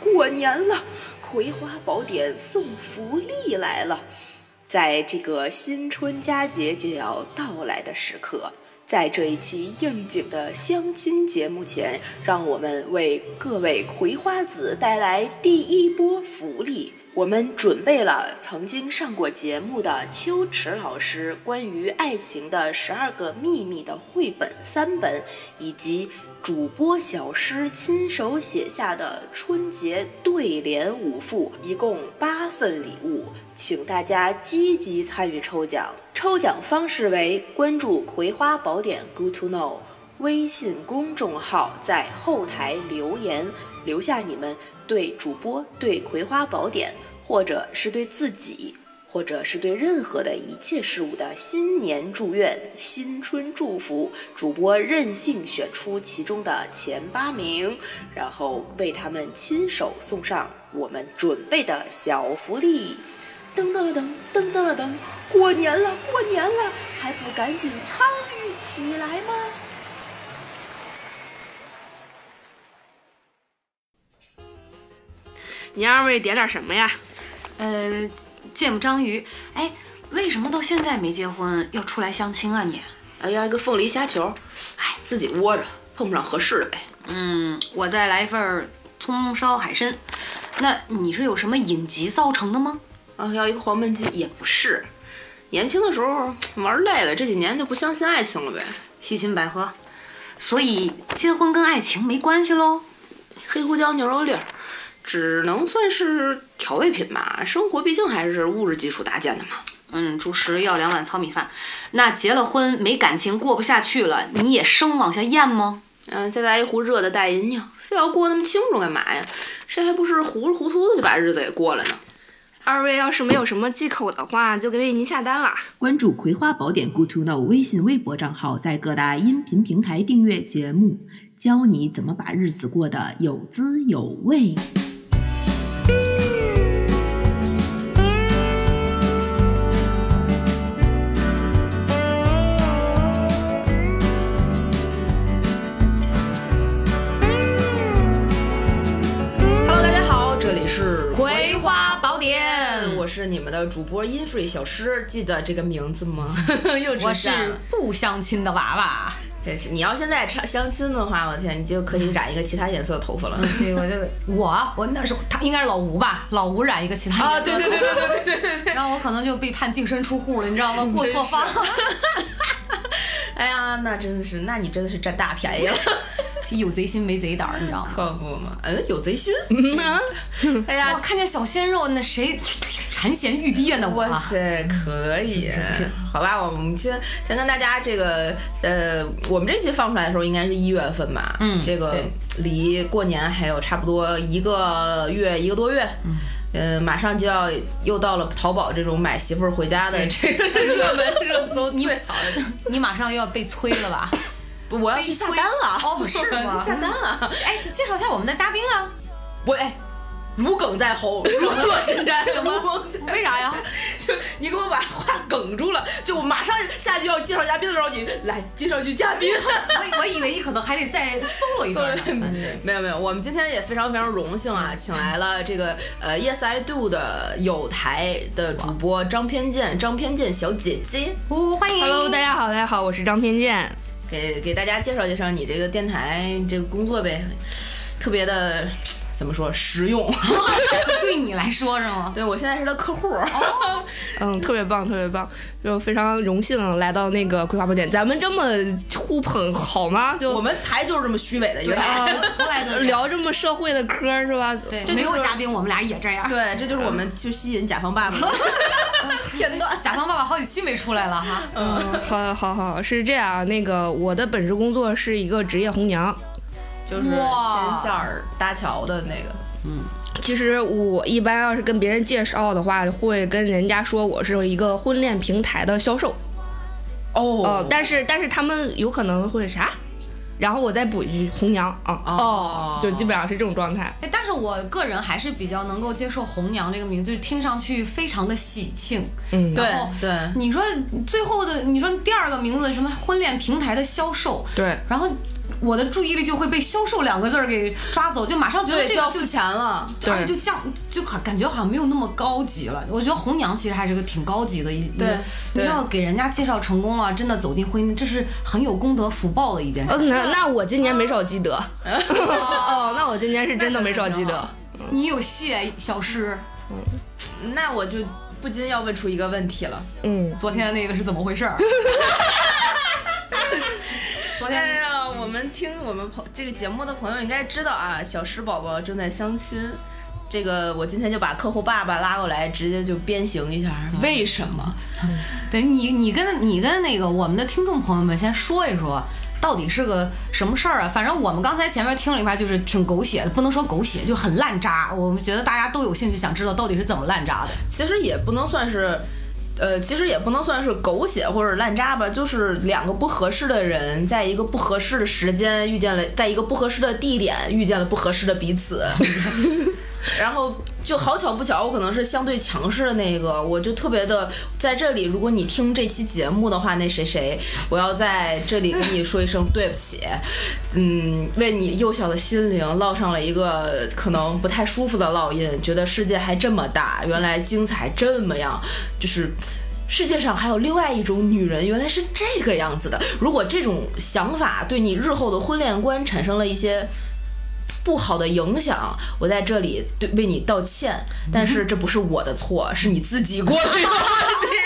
过年了，葵花宝典送福利来了。在这个新春佳节就要到来的时刻，在这一期应景的相亲节目前，让我们为各位葵花籽带来第一波福利。我们准备了曾经上过节目的秋池老师关于爱情的十二个秘密的绘本三本，以及主播小诗亲手写下的春节对联五副，一共八份礼物，请大家积极参与抽奖。抽奖方式为关注《葵花宝典 Good to Know》微信公众号，在后台留言留下你们对主播、对《葵花宝典》或者是对自己，或者是对任何的一切事物的新年祝愿、新春祝福，主播任性选出其中的前八名，然后为他们亲手送上我们准备的小福利。噔噔了噔噔噔了噔，过年了，过年了，还不赶紧参与起来吗？您二位点点什么呀？呃，芥末章鱼，哎，为什么到现在没结婚，要出来相亲啊你？啊，要一个凤梨虾球，哎，自己窝着，碰不上合适的呗。嗯，我再来一份儿葱烧海参。那你是有什么隐疾造成的吗？啊，要一个黄焖鸡也不是，年轻的时候玩累了，这几年就不相信爱情了呗。虚心百合。所以结婚跟爱情没关系喽？黑胡椒牛肉粒儿，只能算是调味品吧。生活毕竟还是物质基础搭建的嘛。嗯，主食要两碗糙米饭。那结了婚没感情过不下去了，你也生往下咽吗？嗯、再来一壶热的大银酿，非要过那么清楚干嘛呀？这还不是糊里糊涂的就把日子给过了呢？二位要是没有什么忌口的话，就给为您下单了。关注《葵花宝典 Good to Know》微信、微博账号，在各大音频平台订阅节目，教你怎么把日子过得有滋有味。 Hello，大家好，这里是《葵花宝典》，嗯我是你们的主播 Infree 小诗，记得这个名字吗？ 又我出是现了。不相亲的娃娃。真是，你要现在唱相亲的话，我天，你就可以染一个其他颜色的头发了。 对，我这个我我那时候他应该是老吴吧，老吴染一个其他啊，对对对对对对对。对，然后我可能就被判净身出户了，你知道吗？过错方， 哎呀，那真的是，那你真的是占大便宜了，有贼心没贼胆儿，你知道吗？可不嘛。嗯，有贼心。哇，哎呀，看见小鲜肉，那谁馋涎欲滴啊？那我哇塞，可以。好吧，我们先先跟大家这个，呃，我们这期放出来的时候应该是一月份吧？嗯这个对离过年还有差不多一个月一个多月。嗯。呃，马上就要又到了淘宝这种买媳妇儿回家的对这个热门 热搜你最好的你马上又要被催了吧？不，我要去啊下单了。哦 是吗我去下单了。哎，介绍一下我们的嘉宾啊？我哎，如鲠在喉，如坐针毡，如鲠在。为啥呀？就你给我把话哽住了，就我马上下去要介绍嘉宾的时候，你来介绍一句嘉宾。我我以为你可能还得再搜罗一段呢。嗯没有没有，我们今天也非常非常荣幸啊，请来了这个呃 Yes I Do 的有台的主播张偏见，张偏见小姐姐，哦，欢迎 Hello，大家好，大家好，我是张偏见。给给大家介绍介绍你这个电台这个工作呗，特别的怎么说实用。对你来说是吗？对我现在是他客户。嗯，特别棒，特别棒，就非常荣幸来到那个葵花宝典。咱们这么互捧好吗？就 我们台就是这么虚伪的一个台。啊，从来都聊这么社会的嗑儿是吧？对，没有嘉宾，我们俩也这样。对，这就是我们去吸引甲方爸爸的片段。甲方爸爸好几期没出来了哈。嗯，好好好，是这样。那个我的本职工作是一个职业红娘，就是牵线儿搭桥的那个。其实我一般要是跟别人介绍的话，会跟人家说我是一个婚恋平台的销售。哦哦、但是但是他们有可能会啥，然后我再补一句红娘啊哦就基本上是这种状态。哎，但是我个人还是比较能够接受“红娘”这个名字，就是听上去非常的喜庆。嗯，对然后对你说最后的，你说第二个名字什么婚恋平台的销售，对然后我的注意力就会被“销售”两个字儿给抓走，就马上觉得对，这就个要就付钱了。对而且就降，就好感觉好像没有那么高级了。我觉得红娘其实还是个挺高级的一，一对个你对要给人家介绍成功了，真的走进婚姻，这是很有功德福报的一件事。呃哦，那那我今年没少积德。 哦，那我今年是真的没少积德。你有谢小诗，那我就不禁要问出一个问题了。嗯，昨天那个是怎么回事儿？昨天哎呀，我们听我们朋这个节目的朋友应该知道啊，小石宝宝正在相亲。这个我今天就把客户爸爸拉过来，直接就鞭刑一下。为什么？对你，你跟你跟那个我们的听众朋友们先说一说，到底是个什么事儿啊？反正我们刚才前面听了一番，就是挺狗血的，不能说狗血，就很烂渣。我们觉得大家都有兴趣想知道到底是怎么烂渣的。其实也不能算是，呃，其实也不能算是狗血或者烂渣吧，就是两个不合适的人，在一个不合适的时间遇见了，在一个不合适的地点遇见了不合适的彼此， 然后就好巧不巧，我可能是相对强势的那一个，我就特别的在这里，如果你听这期节目的话，那谁谁，我要在这里跟你说一声对不起，嗯，为你幼小的心灵烙上了一个可能不太舒服的烙印，觉得世界还这么大，原来精彩这么样，就是。世界上还有另外一种女人，原来是这个样子的。如果这种想法对你日后的婚恋观产生了一些不好的影响，我在这里对为你道歉。但是这不是我的错，是你自己过去的问题。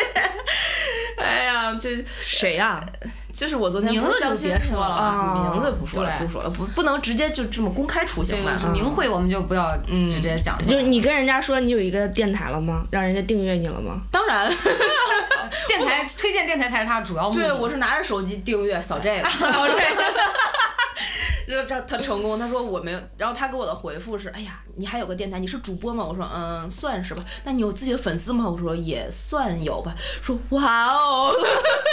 哎呀，这哎谁呀、就是我昨天啊名不字是就相亲别说了了啊名字不说了，对不说了，不不能直接就这么公开处刑对，吧？ 就是名讳我们就不要直接讲了。就是你跟人家说你有一个电台了吗？让人家订阅你了吗？当 然，电台推荐电台才是他主要目的。对我是拿着手机订阅扫 这个扫这个。然后他他成功，他说我没有，然后他给我的回复是，哎呀，你还有个电台，你是主播吗？我说嗯，算是吧。那你有自己的粉丝吗？我说也算有吧。说哇哦，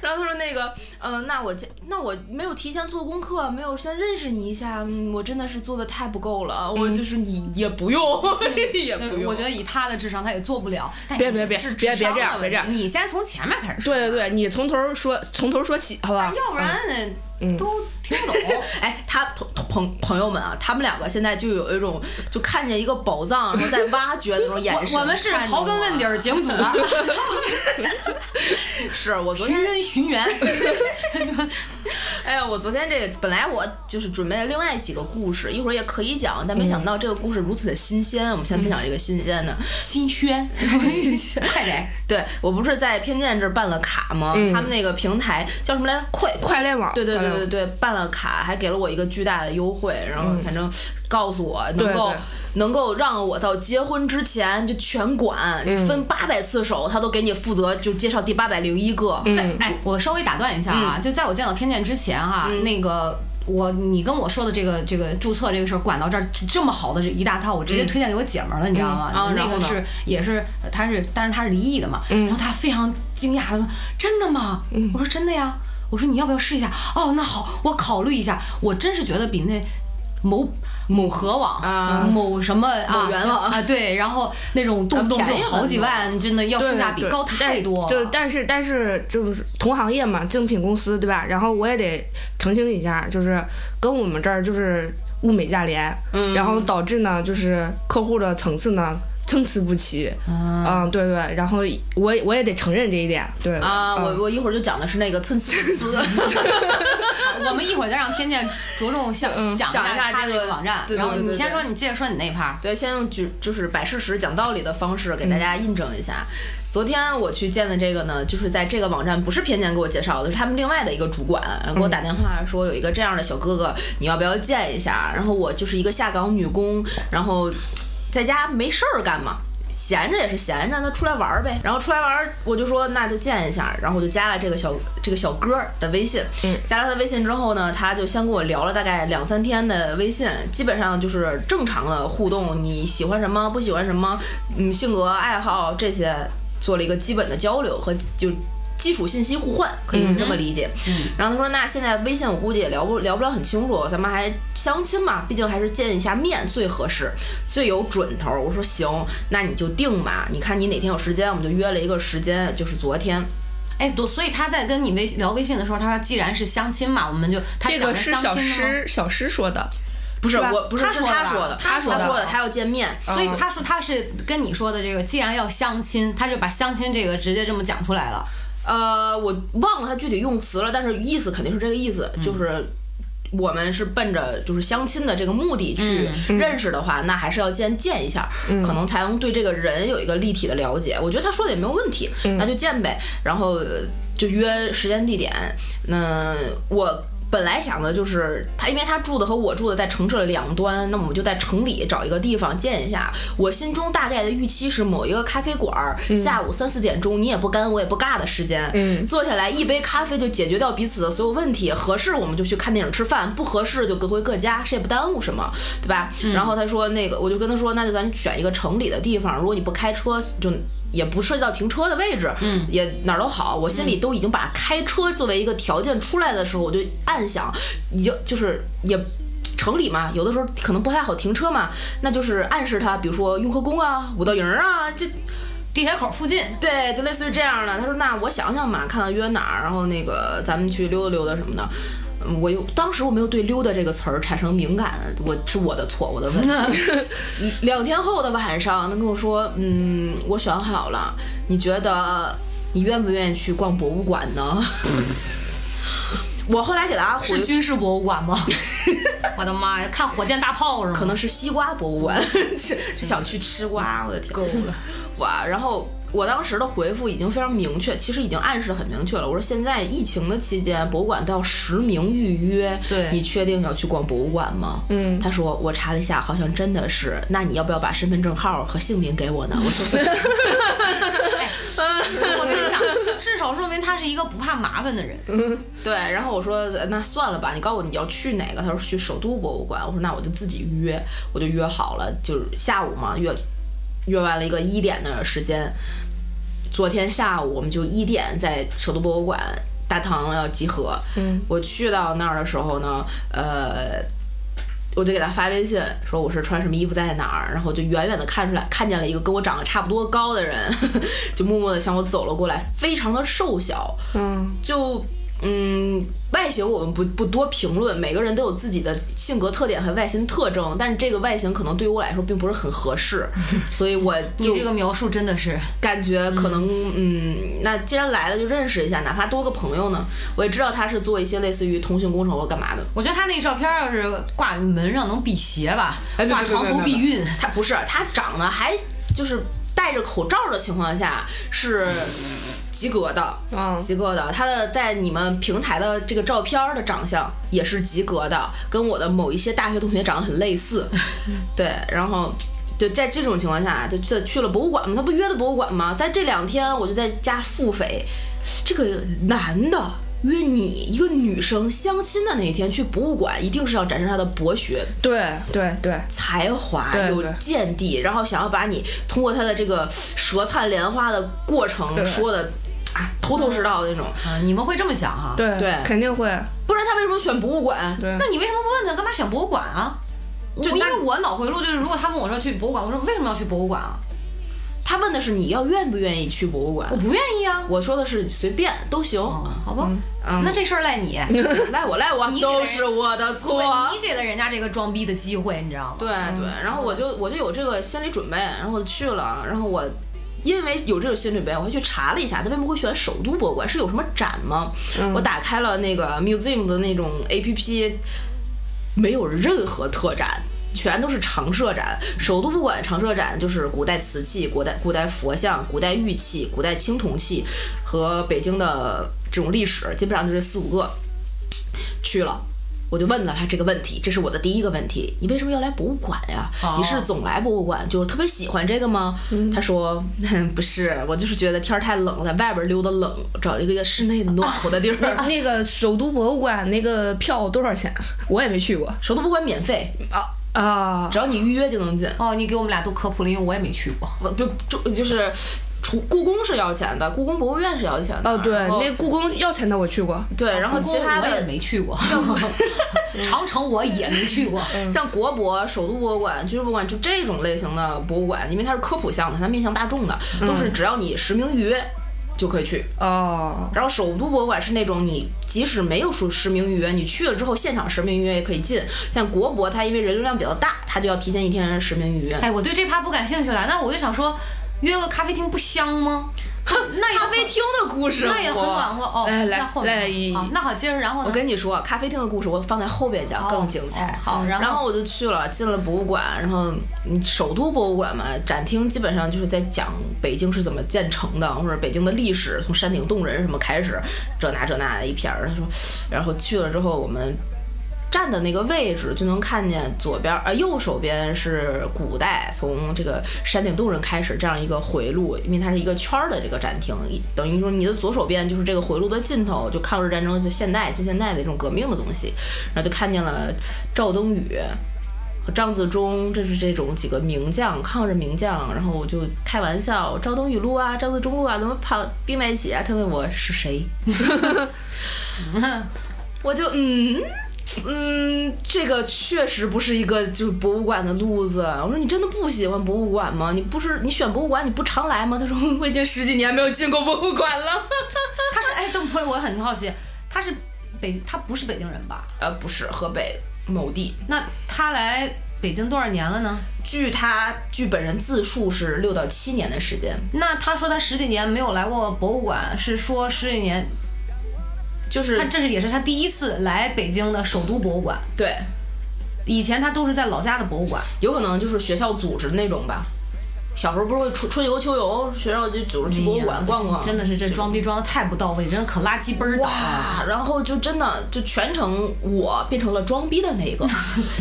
然后他说那个，嗯、那我这那我没有提前做功课，没有先认识你一下，嗯我真的是做的太不够了。我就是你也不用， 也不对，用。我觉得以他的智商，他也做不了。但别你别别是别智商别这样的别这样问题你先从前面开始说，对对对，你从头说，从头说起，好吧？要不然都听不懂。嗯 哎，他同同朋朋友们啊，他们两个现在就有一种就看见一个宝藏，然后在挖掘的那种眼神。 我我们是看着刨根问底儿节目组 的，啊 是我昨寻天，人寻源。 哎呀，我昨天这本来我就是准备了另外几个故事，一会儿也可以讲，但没想到这个故事如此的新鲜。我们先分享这个新鲜的。新轩，快点！对我不是在偏见这儿办了卡吗？嗯他们那个平台叫什么来着？快快。快链网，对对快对链对网，对，办了卡还给了我一个巨大的优惠，然后反正告诉我能够嗯对对能够让我到结婚之前就全管，嗯分八百次手，他都给你负责就介绍第八百零一嗯个。在哎，我稍微打断一下啊，嗯就在我见到偏见之前哈，那个。我你跟我说的这个这个注册这个事儿管到这儿这么好的这一大套，我直接推荐给我姐们儿了，你知道吗？啊嗯然那后个呢嗯是也是呃她是，但是她是离异的嘛，然后她非常惊讶，她说：“真的吗？”我说：“真的呀。”我说：“你要不要试一下？”哦，那好，我考虑一下。我真是觉得比那某某河网啊某什么啊某源网啊对，然后那种动不动就便宜好几很多万，真的要对哦性价比对高太多了。就是但是但是就是同行业嘛，竞品公司对吧？然后我也得澄清一下，就是跟我们这儿就是物美价廉，嗯然后导致呢就是客户的层次呢参差不齐，嗯对对，然后我我也得承认这一点，对啊，嗯我我一会儿就讲的是那个参差不 齐， 我们一会儿再让偏见着重想讲一嗯讲一下下他这这个个网站，对对然后对你对先对说，你接着说你那一趴。对，先用举就是摆事实、讲道理的方式给大家印证一下。昨天我去见的这个呢，就是在这个网站不是偏见给我介绍的，是他们另外的一个主管给我打电话说有一个这样的小哥哥，你要不要见一下？然后我就是一个下岗女工，然后在家没事儿干嘛。闲着也是闲着，那出来玩儿呗。然后出来玩儿，我就说那就见一下，然后我就加了这个小这个小哥儿的微信。加了他微信之后呢，他就先跟我聊了大概两三天的微信，基本上就是正常的互动，你喜欢什么，不喜欢什么，嗯，性格、爱好这些，做了一个基本的交流和就。基础信息互换可以这么理解，嗯然后他说：“那现在微信我估计也聊不聊不了很清楚，咱们还相亲嘛，毕竟还是见一下面最合适，最有准头。”我说：“行，那你就定吧，你看你哪天有时间，我们就约了一个时间，就是昨天。”哎，多，所以他在跟你微聊微信的时候，他说既然是相亲嘛，我们就他这讲个的是相小亲的吗？诗小诗说的，不是是吧我，不是他是说的他吧说的，他说说的的，啊他要见面，所以他说他是跟你说的这个，既然要相亲，他是把相亲这个直接这么讲出来了。呃，我忘了他具体用词了，但是意思肯定是这个意思，就是我们是奔着就是相亲的这个目的去认识的话，那还是要先见一下，可能才能对这个人有一个立体的了解。我觉得他说的也没有问题，那就见呗，然后呃就约时间地点。那我。本来想的就是他，因为他住的和我住的在城市的两端，那么我们就在城里找一个地方见一下。我心中大概的预期是某一个咖啡馆儿，下午三四点钟，你也不干我也不尬的时间，嗯，坐下来一杯咖啡就解决掉彼此的所有问题，合适我们就去看电影吃饭，不合适就各回各家，谁也不耽误什么，对吧？然后他说那个，我就跟他说，那就咱选一个城里的地方，如果你不开车就。也不涉及到停车的位置，嗯，也哪儿都好。我心里都已经把开车作为一个条件出来的时候，我就暗想，已经就是也城里嘛，有的时候可能不太好停车嘛，那就是暗示他，比如说雍和宫啊、五道营啊，这地铁口附近，对，就类似于这样的。他说：“那我想想吧，看看约哪儿，然后那个咱们去溜达溜达什么的。”嗯我又当时我没有对“溜达”这个词儿产生敏感， 我是我的错，我的问题。两天后的晚上，他跟我说：“嗯，我选好了，你觉得你愿不愿意去逛博物馆呢？”我后来给他回是军事博物馆 吗？我的妈呀，看火箭大炮是吗？可能是西瓜博物馆， 去想去吃瓜，我的天，够了，哇！然后我当时的回复已经非常明确，其实已经暗示得很明确了。我说现在疫情的期间，博物馆都要实名预约，对你确定要去逛博物馆吗？嗯，他说我查了一下，好像真的是。那你要不要把身份证号和姓名给我呢？我说 我跟你讲，至少说明他是一个不怕麻烦的人。对，然后我说那算了吧，你告诉我你要去哪个？他说去首都博物馆。我说那我就自己约，我就约好了，就是下午嘛，约约完了一个一点的时间。昨天下午我们就一点在首都博物馆大堂要集合。嗯，我去到那儿的时候呢，呃，我就给他发微信说我是穿什么衣服在哪儿，然后就远远的看出来看见了一个跟我长得差不多高的人， 就默默的向我走了过来，非常的瘦小。嗯，就嗯，外形我们不不多评论，每个人都有自己的性格特点和外形特征，但是这个外形可能对于我来说并不是很 合适，所以我你就这个描述真的是，感觉可能嗯那既然来了就认识一下，哪怕多个朋友呢。我也知道他是做一些类似于通讯工程或干嘛的，我觉得他那照片要是挂门上能辟邪吧，哎别挂别床头别别避孕。他不是他长得还就是戴着口罩的情况下是及格的，嗯及格的。他的在你们平台的这个照片儿的长相也是及格的，跟我的某一些大学同学长得很类似。对，然后。就在这种情况下，就去去了博物馆嘛，他不约的博物馆吗？在这两天，我就在家腹诽，这个男的约你一个女生相亲的那一天去博物馆，一定是要展示他的博学，对对对，才华对有对见地，然后想要把你通过他的这个舌灿莲花的过程对说的啊头头是道的那种，啊，你们会这么想哈？。对对肯定会，不然他为什么选博物馆？ 对那你为什么不问他干嘛选博物馆啊？我就因那为我脑回路就是，如果他问我说去博物馆，我说为什么要去博物馆啊？他问的是你要愿不愿意去博物馆我，不愿意啊。我说的是随便都行，哦，好吧，那这事儿赖你， 赖我赖我你给都是我的错。对 你给嗯了人家这个装逼的机会，你知道吗？对对，然后我就我就有这个心理准备，然后我去了，然后我因为有这个心理准备，我还去查了一下，他为什么会选首都博物馆，是有什么展吗？嗯我打开了那个 museum 的那种 APP，没有任何特展。全都是常设展，首都博物馆常设展就是古代瓷器、古代古代佛像、古代玉器、古代青铜器和北京的这种历史，基本上就这四五个。去了，我就问了他这个问题，这是我的第一个问题，你为什么要来博物馆呀？你是总来博物馆，就是特别喜欢这个吗？他说 哼不是，我就是觉得天儿太冷了，在外边溜达冷，找了一个室内的暖和的地儿。那个首都博物馆那个票多少钱？ 我也没去过首都博物馆免费，啊啊只要你预约就能进。哦，你给我们俩都科普了，因为我也没去过。不就就就是，除故宫是要钱的，故宫博物院是要钱的。哦，对，然后那故宫要钱的我去过，对，然后哦故其宫他我也的没去过， 长城我也没去过。像国博、首都博物馆、军事博物馆，就这嗯种类型的博物馆，因为它是科普项的，它面向大众的，都是只要你实名预约。就可以去。哦，然后首都博物馆是那种你即使没有说实名预约，你去了之后现场实名预约也可以进。像国博，它因为人流量比较大，它就要提前一天实名预约。哎，我对这趴不感兴趣了，那我就想说，约个咖啡厅不香吗？ 那也咖啡很厅的故事，那也很我暖和哦。来来那后面来一好那好，接着然后我呢？跟你说，咖啡厅的故事我放在后边讲哦更精彩。哦好然然后后我就去了，进了博物馆，然后嗯首都博物馆嘛，展厅基本上就是在讲北京是怎么建成的，或者北京的历史，从山顶洞人什么开始，这那这那的一篇儿。他说，然后去了之后我们。站的那个位置就能看见左边呃右手边是古代从这个山顶洞人开始这样一个回路，因为它是一个圈儿的这个展厅，一等于说你的左手边就是这个回路的尽头，就抗日战争就现代近现代的一种革命的东西，然后就看见了赵登禹。和张自忠，这是这种几个名将，抗日名将。然后我就开玩笑，赵登禹路啊，张自忠路啊，咱们跑并在一起啊。他问我是谁， 我就嗯。嗯，这个确实不是一个就是博物馆的路子。我说你真的不喜欢博物馆吗？你不是你选博物馆你不常来吗？他说我已经十几年没有进过博物馆了。他 是哎，邓坤，我很好奇，他是北，他不是北京人吧？ 呃，不是河北某地，那他来北京多少年了呢？据他据本人自述是六到七年的时间。那他说他十几年没有来过博物馆，是说十几年，就是他这是也是他第一次来北京的首都博物馆，对，以前他都是在老家的博物馆。有可能就是学校组织那种吧。小时候不是会春春游秋游，学校就组织去博物馆逛逛，真的是这装逼装的太不到位，真的可垃圾倍儿倒啊。哇！然后就真的就全程我变成了装逼的那一个，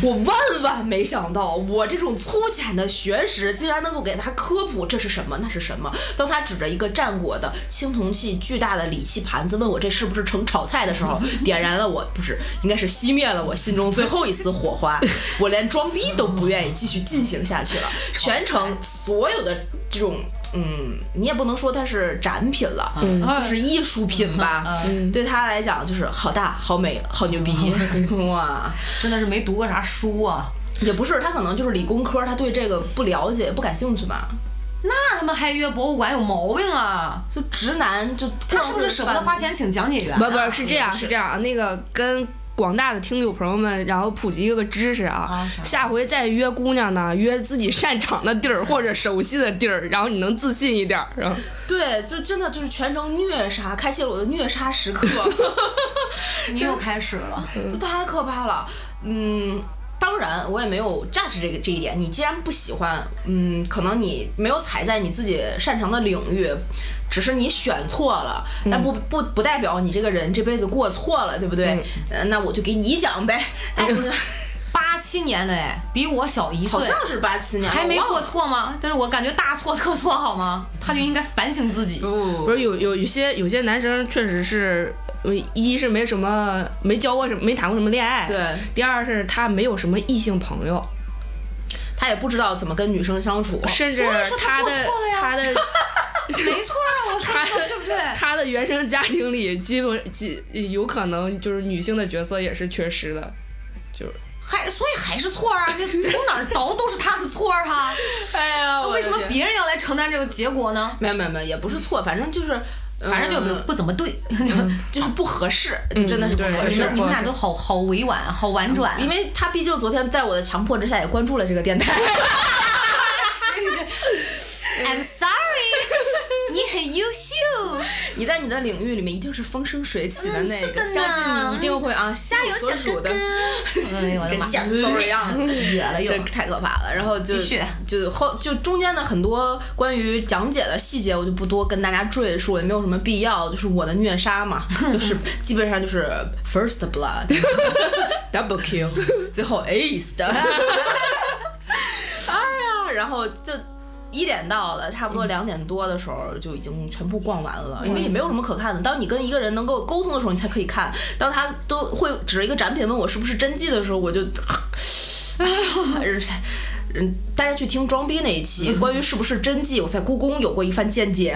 我万万没想到，我这种粗浅的学识竟然能够给他科普这是什么，那是什么。当他指着一个战国的青铜器巨大的礼器盘子问我这是不是盛炒菜的时候，点燃了我不是，应该是熄灭了我心中最后一丝火花，我连装逼都不愿意继续进行下去了。全程所有的这种。嗯，你也不能说它是展品了，就是艺术品吧。对他来讲，就是好大、好美、好牛逼， 哇！真的是没读过啥书啊。也不是，他可能就是理工科，他对这个不了解、不感兴趣吧。那他妈还约博物馆有毛病啊！就直男就他是不是舍不得花钱请讲解员？啊不不是这样，是这样，那个跟。广大的听友朋友们，然后普及一个知识啊，下回再约姑娘呢，约自己擅长的地儿或者熟悉的地儿，然后你能自信一点儿。然后对，就真的就是全程虐杀，开启了我的虐杀时 刻。你又开始了。就太可怕了。嗯，当然我也没有 judge 这个这一点。你既然不喜欢，嗯，可能你没有踩在你自己擅长的领域，只是你选错了，嗯但不不不代表你这个人这辈子过错了，对不对？嗯呃那我就给你讲呗。哎，不是 八七年的哎，比我小一岁好，像是八七年，还没我忘过了错吗？但是我感觉大错特错，好吗？他就应该反省自嗯己。不是有有有些有些男生确实是，呃一是没什么没交过什么没谈过什么恋爱，对。第二是他没有什么异性朋友，哦他也不知道怎么跟女生相处，甚至以说他他做的错了呀他的没错啊，我 说的对不对？他的原生家庭里，基本基有可能就是女性的角色也是缺失的，就是还所以还是错 啊！这从哪儿倒都是他的错儿哈。哎呀那为什么别人要来承担这个结果呢？没有没有没有，也不是错，反正就是，反正就嗯不不怎么对， 就是不合适，就真的是不对合你适。嗯们你们俩都好好委婉，啊好婉转。因为他毕竟昨天在我的强迫之下也关注了这个电台。 I'm sorry，你很优秀。你在你的领域里面一定是风生水起的嗯那是个，的呢相信你一定会啊，加油，所小属哥的哥。哎呦我的跟妈！讲 sorry 一样，哕了又嗯这。太可怕了。然后就继续就后就中间的很多关于讲解的细节，我就不多跟大家赘述，也没有什么必要。就是我的虐杀嘛， 就是基本上就是 first blood，double kill，最后 ace 的。哎呀，然后就。一点到了，差不嗯多两点多的时候就已经全部逛完了，因为也没有什么可看的。当你跟一个人能够沟通的时候，你才可以看。当他都会指着一个展品问我是不是真迹的时候，我就， 嗯，大家去听装逼那一期，关于是不是真迹，我在故宫有过一番见解。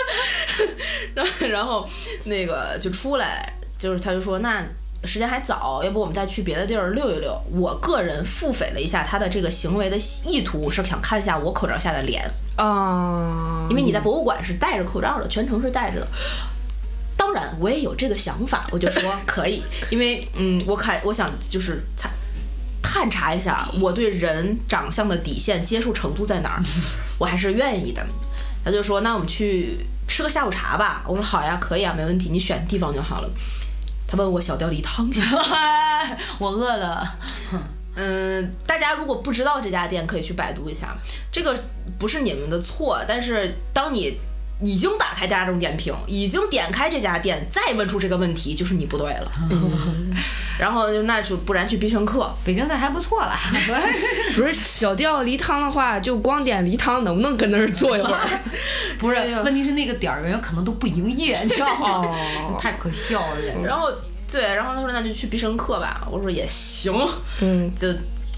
然后，然后那个就出来，就是他就说那。时间还早，要不我们再去别的地儿溜一溜？我个人腹诽了一下他的这个行为的意图，是想看一下我口罩下的脸。啊，因为嗯你在博物馆是戴着口罩的，全程是戴着的。当然，我也有这个想法，我就 说可以，因为嗯，我看我想就是探探查一下我对人长相的底线接受程度在哪 儿，我还是愿意的。他就说：“那我们去吃个下午茶吧。”我说：“好呀，可以啊，没问题，你选地方就好了。”他问我小吊梨汤行吗 我饿了，嗯，大家如果不知道这家店，可以去百度一下。这个不是你们的错，但是当你已经打开大众点评，已经点开这家店，再问出这个问题，就是你不对了。然后就那就不然去必胜客，北京菜还不错 了。不是小吊梨汤的话，就光点梨汤能不能跟那儿坐一 会儿？不哎是，问题是那个点儿人可能都不营业，你知道 吗？哦太可笑了。然后对，然后他说那就去必胜客吧，我说也行，嗯，就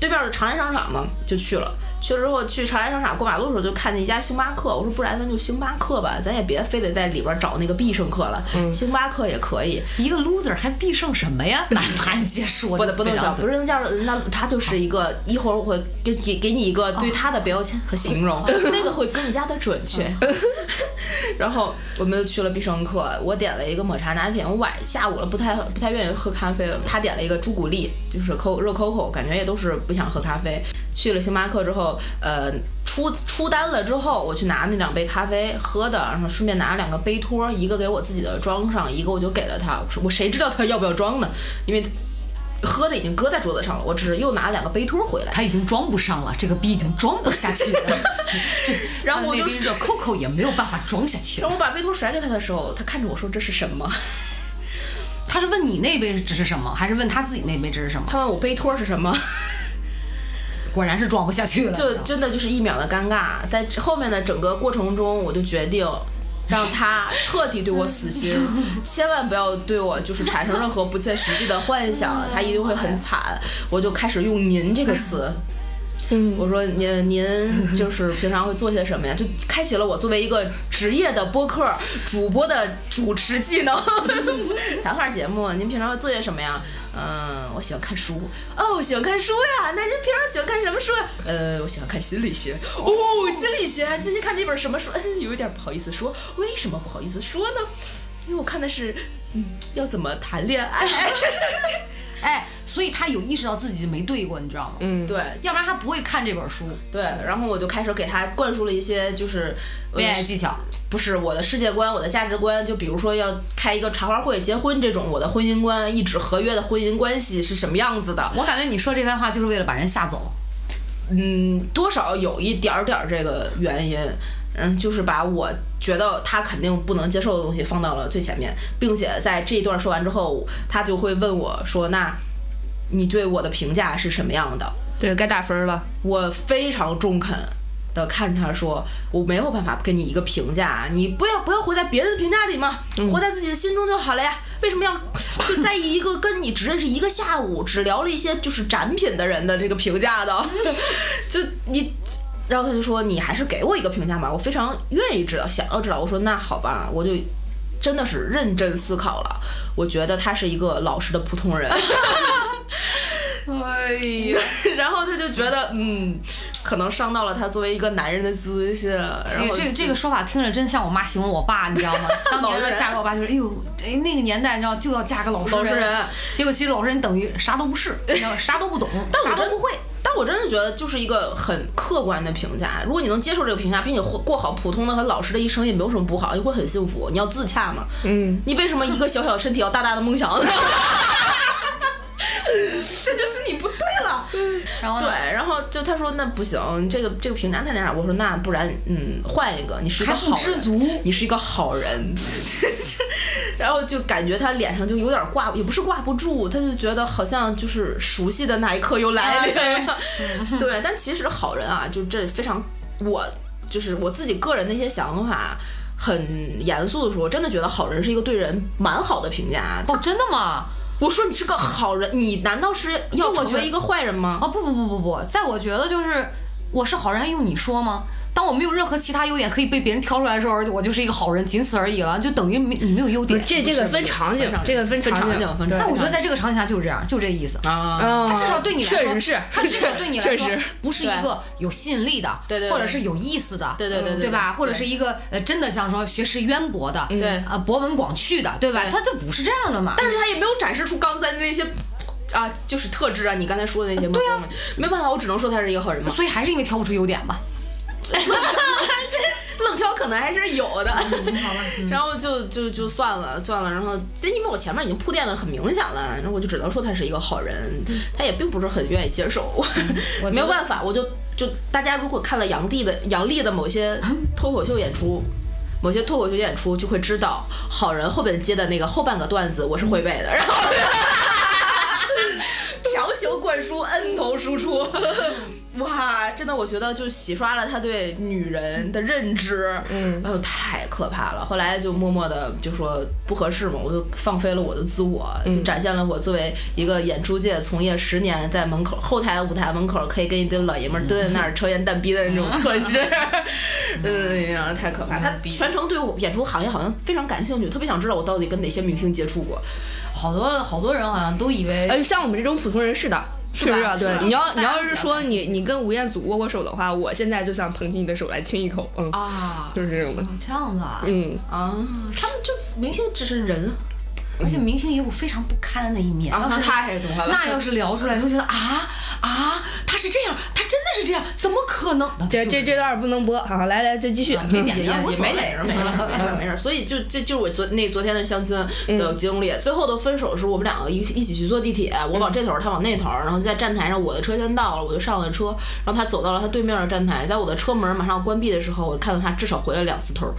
对面是长安商场嘛，就去了。去了之后去长安商场过马路的时候就看见一家星巴克，我说不然咱就星巴克吧，咱也别非得在里边找那个必胜客了，星巴克也可以。一个 loser 还必胜什么 呀？还接说不能不能叫，不是能叫，那他就是一个一会儿我会给给给你一个对他的标签和形容，那个会更加的准确。然后我们就去了必胜客，我点了一个抹茶拿铁，我晚下午了不太不太愿意喝咖啡了，他点了一个朱古力，就是扣热 COCO，感觉也都是不想喝咖啡。去了星巴克之后，呃，出出单了之后，我去拿那两杯咖啡喝的，然后顺便拿了两个杯托，一个给我自己的装上，一个我就给了他，我说我谁知道他要不要装呢？因为喝的已经搁在桌子上了，我只是又拿了两个杯托回来。他已经装不上了，这个逼已经装不下去 了。这然后我就那边热 Coco 也没有办法装下去然。后我把杯托甩给他的时候，他看着我说这是什么？他是问你那杯这是什么，还是问他自己那杯这是什么？他问我杯托是什么？果然是装不下去了。就真的就是一秒的尴尬。在后面的整个过程中，我就决定让他彻底对我死心，千万不要对我就是产生任何不切实际的幻想，他一定会很惨。我就开始用“您”这个词。嗯，我说您您就是平常会做些什么呀？就开启了我作为一个职业的播客主播的主持技能。 谈话节目，您平常会做些什么呀？嗯，我喜欢看书。哦，我喜欢看书呀。那您平常喜欢看什么书呀？呃，我喜欢看心理学。哦，心理学，最近看那本什么书？嗯，有一点不好意思说，为什么不好意思说呢？因为我看的是，嗯，要怎么谈恋爱？ 哎，所以他有意识到自己没对过，你知道吗？嗯，对要不然他不会看这本书。对，然后我就开始给他灌输了一些就是呃恋爱技巧，不是我的世界观，我的价值观，就比如说要开一个茶话会、结婚这种，我的婚姻观、一纸合约的婚姻关系是什么样子的？我感觉你说这番话就是为了把人吓走。嗯，多少有一点儿点儿这个原因，嗯，就是把我觉得他肯定不能接受的东西放到了最前面，并且在这一段说完之后，他就会问我说：“那你对我的评价是什么样的？”对该打分了。我非常中肯的看着他说，我没有办法给你一个评价，你不要不要活在别人的评价里嘛，活在自己的心中就好了呀。为什么要就在意一个跟你只认识一个下午，只聊了一些就是展品的人的这个评价的？ 就你。然后他就说：“你还是给我一个评价吧，我非常愿意知道，想要知道。”我说：“那好吧，我就真的是认真思考了。我觉得他是一个老实的普通人。”哎呀， 然后他就觉得，嗯，可能伤到了他作为一个男人的自尊心了。然这后哎个这个这个说法听着真像我妈形容我爸，你知道 吗？当年说嫁给我爸就是，哎呦，哎那个年代你知道就要嫁个老实老实人人，结果其实老实人等于啥都不 是，你知道吗啥都不懂，但啥我都真不会。。但我真的觉得就是一个很客观的评价。如果你能接受这个评价，并且活过好普通的和老实的一生，也没有什么不好，你会很幸福。你要自洽嘛？嗯。你为什么一个小小的身体要大大的梦想呢？ 这就是你不对了。然后对呢，，然后就他说那不行，这个这个评价太那啥。我说那不然嗯换一个，你是一个还不好知人，足你是一个好人。 然后就感觉他脸上就有点挂，也不是挂不住，他就觉得好像就是熟悉的那一刻又啊来了。 对，但其实好人啊，就这非常我就是我自己个人的一些想法。很严肃的说，我真的觉得好人是一个对人蛮好的评价。哦，真的吗？我说你是个好人，你难道是要就我成觉得为一个坏人吗？哦不不不不不，在我觉得就是我是好人，还用你说吗？当我没有任何其他优点可以被别人挑出来的时候，我就是一个好人，仅此而已了，就等于没你没有优点。这这个分场景，这个分分景场景分对但我觉得在这个场景下就是这样，就这意思。啊，啊，他至少对你来说，确实是，他至少对你来确说实不是一个有吸引力的，对对对或者是有意思的，对对对对对对吧？对或者是一个呃，真的像说学识渊博的，对呃，博闻广趣的，对吧？对他这不是这样的嘛？但是他也没有展示出刚才那些。啊，就是特质啊！你刚才说的那些，对呀、没办法，我只能说他是一个好人嘛。所以还是因为挑不出优点吧。 这愣挑可能还是有的，然后就就就算了算了，然后这因为我前面已经铺垫的很明显了，然后我就只能说他是一个好人，他也并不是很愿意接受， 没有办法，我就就大家如果看了杨帝的杨笠的某些脱口秀演出。某些脱口秀演出就会知道，好人后面接的那个后半个段子我是会背的，然后强行灌输 N 头输出， 哇，真的，我觉得就洗刷了他对女人的认知，嗯，哎呦，太可怕了。后来就默默的就说不合适嘛，我就放飞了我的自我，就展现了我作为一个演出界从业十年，在门口后台舞台门口可以跟一堆老爷们儿蹲在那儿抽烟蛋逼的那种 特质，嗯呀，太可怕。他全程对我演出行业好像非常感兴趣，特别想知道我到底跟哪些明星接触过。好多好多人好像都以为哎，像我们这种普通人是的。是不是啊？对，你要你要是说你你跟吴彦祖握过手的话，我现在就想捧起你的手来亲一口，嗯，啊，就是这种的，这样子啊，嗯，啊，他们就明星只是人而且明星也有非常不堪的那一面。啊，要是太懂了。那要是聊出来，就会觉得啊啊，他是这样，他真的是这样，怎么可能？这这这段不能播，好，来来，再继续，别点 也也名，无也所没谓哪事，没事没事没事。所以就这就是我昨那昨天的相亲的经历，最后的分手是我们两个一一起去坐地铁，我往这头儿，他往那头儿，然后就在站台上，我的车先到了，我就上了车，然后他走到了他对面的站台，在我的车门马上关闭的时候，我看到他至少回了两次头儿，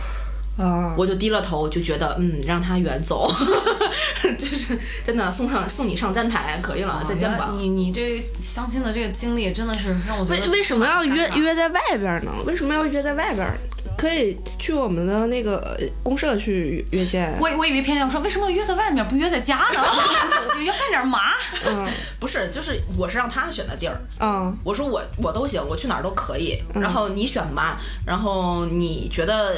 啊，我就低了头，就觉得嗯，让他远走， 就是真的送上送你上站台可以啊了，在肩膀。你你这相亲的这个经历真的是让我觉为得为什么要约约在外边呢？为什么要约在外边？可以去我们的那个呃公社去约见。我我以为偏见，我说为什么要约在外面不约在家呢？ 要干点嘛？嗯不是，就是我是让他选的地儿，嗯我说我我都行，我去哪儿都可以。然后你选吧，然后你觉得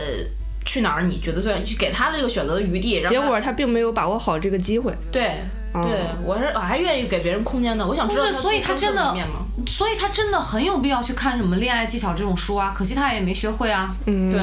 去哪儿？你觉得最就给他这个选择的余地。让他结果他并没有把握好这个机会。对嗯对，我是我还愿意给别人空间的。我想知道不他是所以他真真正的面貌。所以他真的很有必要去看什么恋爱技巧这种书啊，可惜他也没学会啊。嗯，对，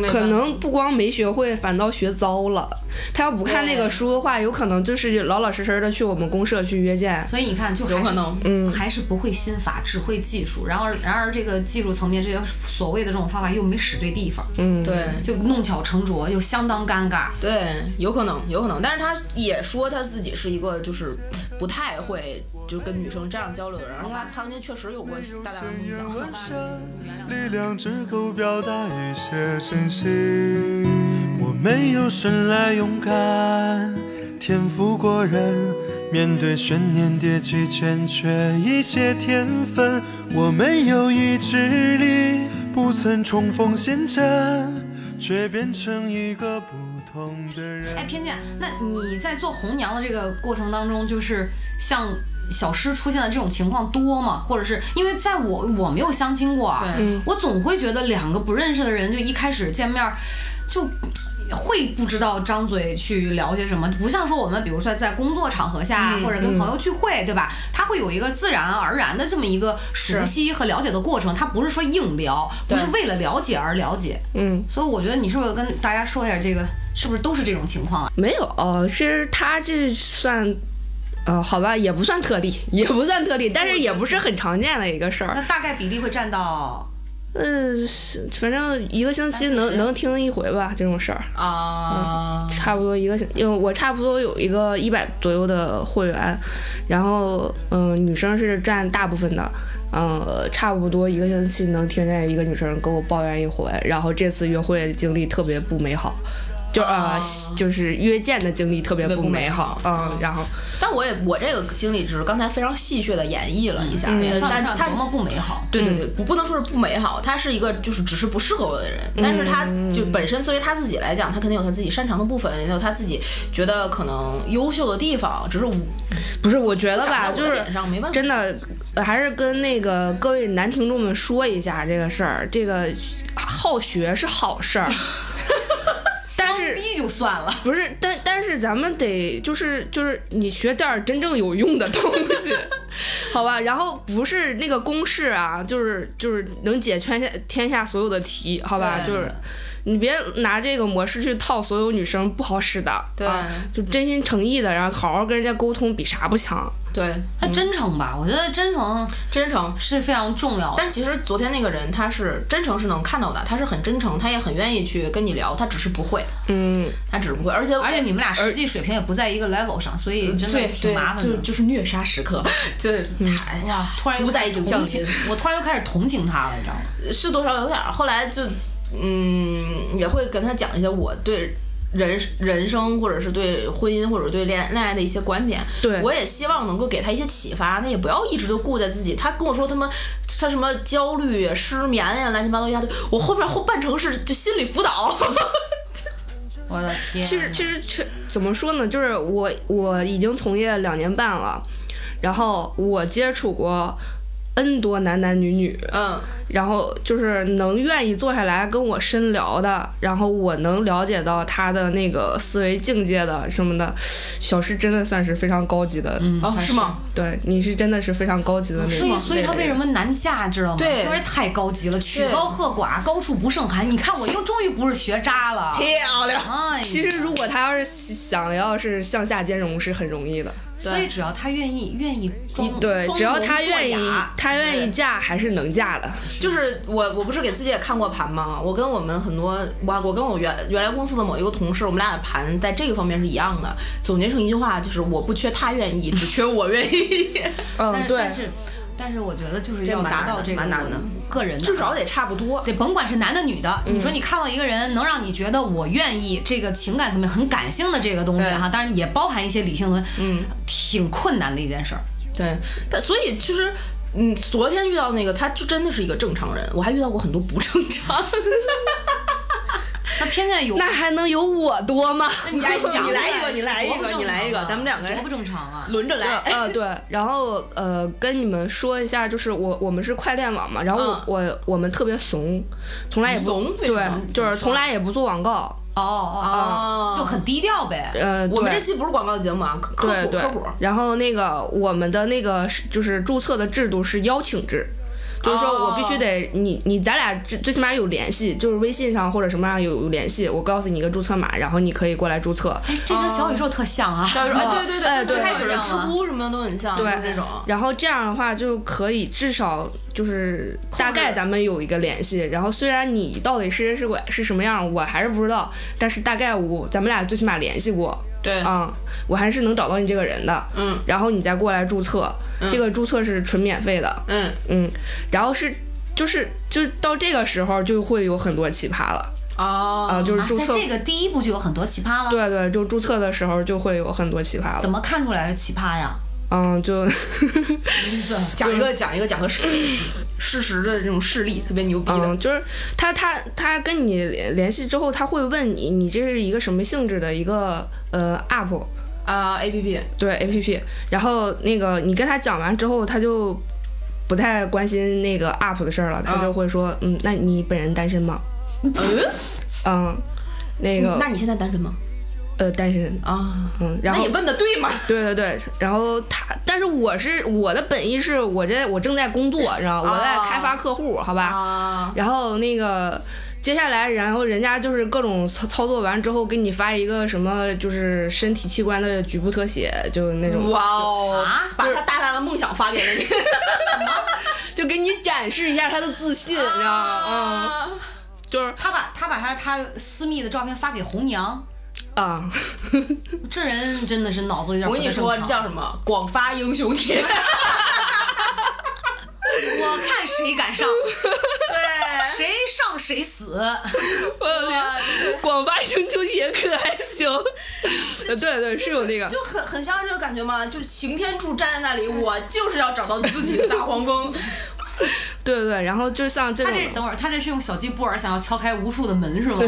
没可办法能不光没学会，反倒学糟了。他要不看那个书的话，有可能就是老老实实的去我们公社去约见。所以你看，就还是有可能嗯还是不会心法，只会技术。然而，然而这个技术层面，这些所谓的这种方法又没使对地方，嗯，对。就弄巧成拙，又相当尴尬。对，有可能，有可能，但是他也说他自己是一个就是不太会就跟女生这样交流的人，然后他曾经确实有过大大的岁梦月想纹。身，力量只够表达一些真心。我没有生来勇敢，天赋过人，面对悬念迭起，欠缺一些天分。我没有意志力，不曾冲锋陷阵，却变成一个不同的人。哎，偏见，那你在做红娘的这个过程当中，就是像小诗出现的这种情况多吗？或者是因为在我我没有相亲过啊，对我总会觉得两个不认识的人就一开始见面儿就。会不知道张嘴去聊些什么，不像说我们，比如说在工作场合下，或者跟朋友聚会，对吧？他会有一个自然而然的这么一个熟悉和了解的过程，他不是说硬聊，不是为了了解而了解。嗯，所以我觉得你是不是跟大家说一下这个，是不是都是这种情况啊？没有，呃其实他这算。呃，好吧，也不算特例，也不算特例，但是也不是很常见的一个事儿那。大概比例会占到呃，是反正一个星期能能听一回吧，这种事儿。啊，差不多一个星，因为我差不多有一个一百左右的会员，然后嗯、女生是占大部分的，嗯、差不多一个星期能听见一个女生跟我抱怨一回，然后这次约会经历特别不美好，就呃就是约见的经历特别特别不不美美好，嗯，然后但我也我这个经历只是刚才非常戏谑的演绎了一下，嗯也算但嗯不上他多么不美好。对对对，不不能说是不美好，他是一个就是只是不适合我的人，但是他嗯就本身作为他自己来讲，他肯定有他自己擅长的部分，也有他自己觉得可能优秀的地方，只是我不是，我觉得吧，长在就我的是脸上没办法真的呃还是跟那个各位男听众们说一下这个事儿，这个啊好学是好 事儿，但是逼就算了，不是，但但是咱们得就是就是你学点儿真正有用的东 西，好吧？然后不是那个公式啊，就是就是能解天下天下所有的题，好吧？对就是你别拿这个模式去套所有女生，不好使的。对啊，就真心诚意的，然后好好跟人家沟通，比啥不强。对他真诚吧？我觉得真诚真诚。是非常重要的。但其实昨天那个人他是真诚是能看到的，他是很真诚，他也很愿意去跟你聊，他只是不会，嗯，他只是不会，而且而且你们俩实际水平也不在一个 level 上，所以真的对挺对麻，烦就的。嗯就是虐杀时刻，就是他哇！突然又主宰开始已经同降情临， 我突然又开始同情他了，你知道吗？是多少有点儿。后来就，嗯，也会跟他讲一些我对人人生，或者是对婚姻，或者对恋恋爱的一些观点。对我也希望能够给他一些启发，他也不要一直都顾在自己。他跟我说他们他什么焦虑、失眠呀、乱七八糟一大堆，我后面后半程是就心理辅导。 我的天！啊其实其实确怎么说呢，就是我我已经从业两年半了，然后我接触过 N 多男男女女，嗯，然后就是能愿意坐下来跟我深聊的，然后我能了解到他的那个思维境界的什么的，小诗真的算是非常高级的，嗯，哦，是吗？对，你是真的是非常高级的那所种。以，所以他为什 么？么难嫁，知道吗？对因为太高级了，曲对高和寡，高处不胜寒。你看，我又终于不是学渣了。漂亮。哎，其实如果他要是想要是向下兼容是很容易的，所以只要他愿意，愿意装，对，装只要聋他作愿意哑，他愿意嫁还是能嫁的。就是我，我不是给自己也看过盘吗？我跟我们很多，我我跟我原原来公司的某一个同事，我们俩的盘在这个方面是一样的。总结成一句话就是：我不缺他愿意，只缺我愿 意。但嗯，是对但，是，但是我觉得就是这要蛮达难到的这个蛮难的我个人的啊至少得嗯差不多。对，甭管是男的女的，你说你看到一个人能让你觉得我愿意，这个情感层面很感性的这个东西哈，当然也包含一些理性的，嗯，挺困难的一件事儿。对，但所以其实，嗯，昨天遇到那个，他就真的是一个正常人。我还遇到过很多不正常。那偏见有，那还能有我多吗？你来 讲， 你来一个你来一个你来一个咱们两个人啊多不正常 啊！轮着来，呃，对，然后呃，跟你们说一下，就是我我们是快电网嘛，然后我、我我们特别怂，从来也嗯不怂啊为什对么，就是从来也不做广告，哦哦啊哦，就很低调呗。呃，我们对这期不是广告节目啊，科对普对科普。，然后那个我们的那个是就是注册的制度是邀请制。就是说哦我必须得你你咱俩最最起码有联系，就是微信上或者什么样有有联系，我告诉你一个注册码，然后你可以过来注册。这跟小宇宙特像啊！哎对对哎对，对最开始的知乎什么的都很像，就对是这种。然后这样的话就可以至少就是大概咱们有一个联系。然后虽然你到底是人是鬼是什么样，我还是不知道，但是大概我咱们俩最起码联系过。对嗯，我还是能找到你这个人的。嗯，然后你再过来注册，这个注册是纯免费的。嗯，嗯，然后是就是就到这个时候就会有很多奇葩了哦啊、就是啊注在册。这个第一步就有很多奇葩了。对对，就注册的时候就会有很多奇葩啊怎了。么看出来是奇葩呀？嗯，就讲一个讲一个讲个事事实的这种事例，特别牛逼的 嗯，。就是他他他跟你联联系之后，他会问你，你这是一个什么性质的一个呃 app 啊、a P P，对 app，然后那个你跟他讲完之后，他就不太关心那个 app 的事儿了，他就会说，嗯，那你本人单身吗？嗯，那个你现在单身吗？呃单身，啊，嗯，然那后你问的对吗？对对对，然后他，但是我是我的本意是我这我正在工作，你知道吗，我在开发客户，好吧？啊，然后那个接下来，然后人家就是各种操操作完之后，给你发一个什么，就是身体器官的局部特写，就那种，哇哦，啊把他大大的梦想发给了 你，就给你展示一下他的自信，你知道吗？嗯，啊，就是他把他把他他私密的照片发给红娘，啊， 这人真的是脑子有点我不太跟正你常。说，这叫什么？广发英雄帖。我看谁敢上。谁上谁死。我有那广发营救也可还行， 对对是有那个， 就很很像这个感觉嘛，就是擎天柱站在那里，我就是要找到自己的大黄蜂。对对对，然后就像这他种这的，等会儿，他这是用小鸡波尔想要敲开无数的门是吗？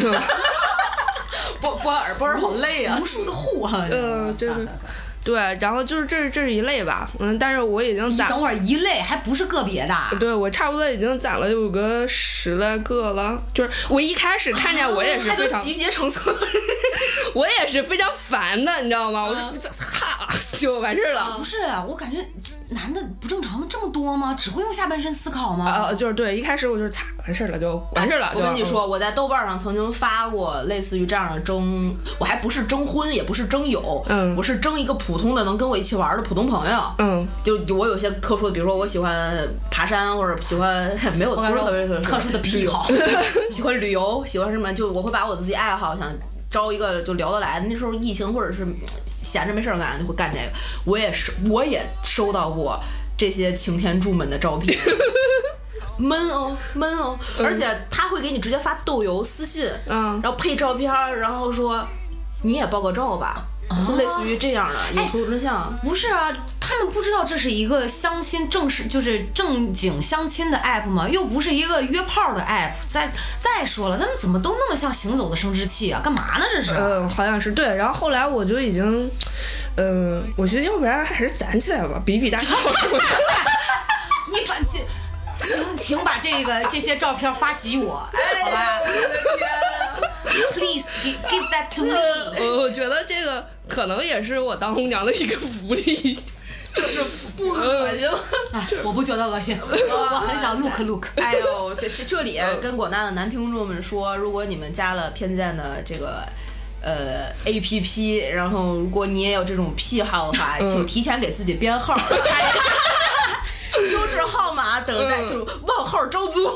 波波尔波尔好累啊，无数的户啊。嗯对对算了算了算了对，然后就是这是这是一类吧，嗯，但是我已经攒等会儿一类还不是个别的，对我差不多已经攒了有个十来个了，就是我一开始看见我也是非常，啊集结成村，我也是非常烦的，你知道吗？我嗯就这哈就完事儿了。不是啊，我感觉这男的不正常的这么多吗？只会用下半身思考吗？啊，就是对，一开始我就是擦，完事儿了就完事儿了。我就跟嗯你，说，我在豆瓣上曾经发过类似于这样的征，我还不是征婚，也不是征友，嗯我是征一个普通的能跟我一起玩的普通朋友。嗯，就我有些特殊的，比如说我喜欢爬山，或者喜欢 没有我不感是觉特别特殊的癖好，喜欢旅游，喜欢什么，就我会把我自己爱好想。招一个就聊得来的，那时候疫情或者是嗯闲着没事儿干就会干这个。我也是，我也收到过这些擎天柱们的 照片，闷哦闷哦，而且他会给你直接发豆油私信，嗯然后配照片儿，然后说你也爆个照吧，哦就类似于这样的哎有图有真相。不是啊，他们不知道这是一个相亲正式，就是正经相亲的 app 吗？又不是一个约炮的 app。再再说了，他们怎么都那么像行走的生殖器啊？干嘛呢？这是？嗯，好像是对。然后后来我就已经，嗯，我觉得要不然还是攒起来吧，比比 大小。你把这，请请把这个这些照片发给我，哎好吧？Please 啊 give give that to me。我我觉得这个可能也是我当红娘的一个福利。 嗯不恶心，哎，我不觉得恶心，我很想 look 嗯 look。哎呦，这这这里啊跟广大的男听众们说，如果你们加了偏见的这个。呃，A P P，然后如果你也有这种癖好嗯的话，请提前给自己编 号，优质号码等待，嗯就万号招租，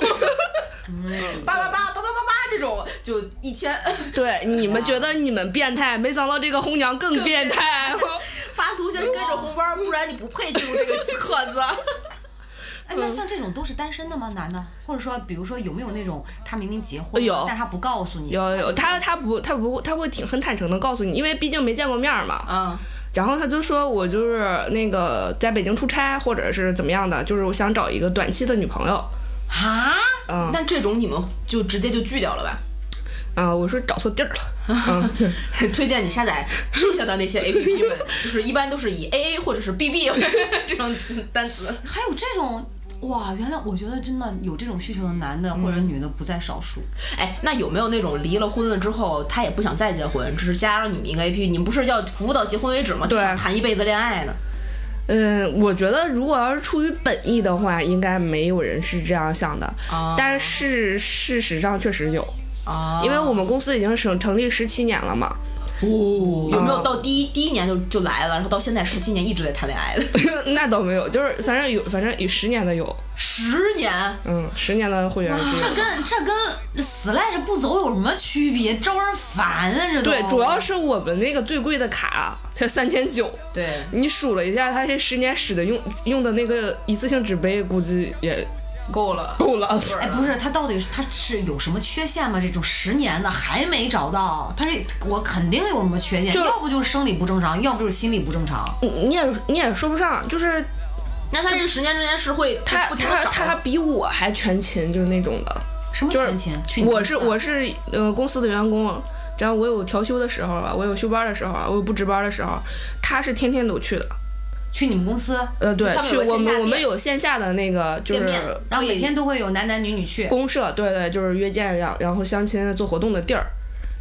嗯八八八八八八八这种，就一千 对，你们觉得你们变态，没想到这个红娘更变态。发图先跟着红包，不然你不配进入这个册子。哎，那像这种都是单身的吗？男的，或者说，比如说有没有那种他明明结婚哎了呦，但他不告诉你？有有，他他不他不他会挺很坦诚的告诉你，因为毕竟没见过面儿嘛。嗯，然后他就说我就是那个在北京出差或者是怎么样的，就是我想找一个短期的女朋友。啊？嗯但这种你们就直接就拒掉了吧？啊、我说找错地儿了。嗯，推荐你下载剩下的那些 A P P 们，就是一般都是以 A A 或者是 B B 这种单词。还有这种哇！原来我觉得真的有这种需求的男的或者女的不在少数。哎，那有没有那种离了婚了之后，他也不想再结婚，只是加上你们一个 A P P，你们不是要服务到结婚为止吗？对就想谈一辈子恋爱呢？嗯，我觉得如果要是出于本意的话，应该没有人是这样想的。啊但是事实上确实有，啊因为我们公司已经成成立十七年了嘛。有没有到第一第一年就就来了，然后到现在十七年一直在谈恋爱的？ 那倒没有，就是反正有，反正有十年的有，十年，嗯，十年的会员制。这跟这跟死赖着不走有什么区别？招人烦啊！这都对，主要是我们那个最贵的卡才三千九，对，你数了一下，他这十年使的用用的那个一次性纸杯，估计也够了。 够了。哎，不是他到底是他是有什么缺陷吗？这种十年的还没找到，他是我肯定有什么缺陷，就要不就是生理不正常，要不就是心理不正常。你你也你也说不上，就是那他这十年之间是会他不停他的找他比我还全勤，就是那种的。什么就是全勤？去我是我是呃公司的员工，然后我有调休的时候啊，我有休班的时候啊，我有不值班的时候，他是天天都去的。去你们公司，呃，对他，们去有个我线下们我们店有线下的那个就见面是然后每天都会有男男女女去。公社，对对，就是约见然然后相亲做活动的地儿，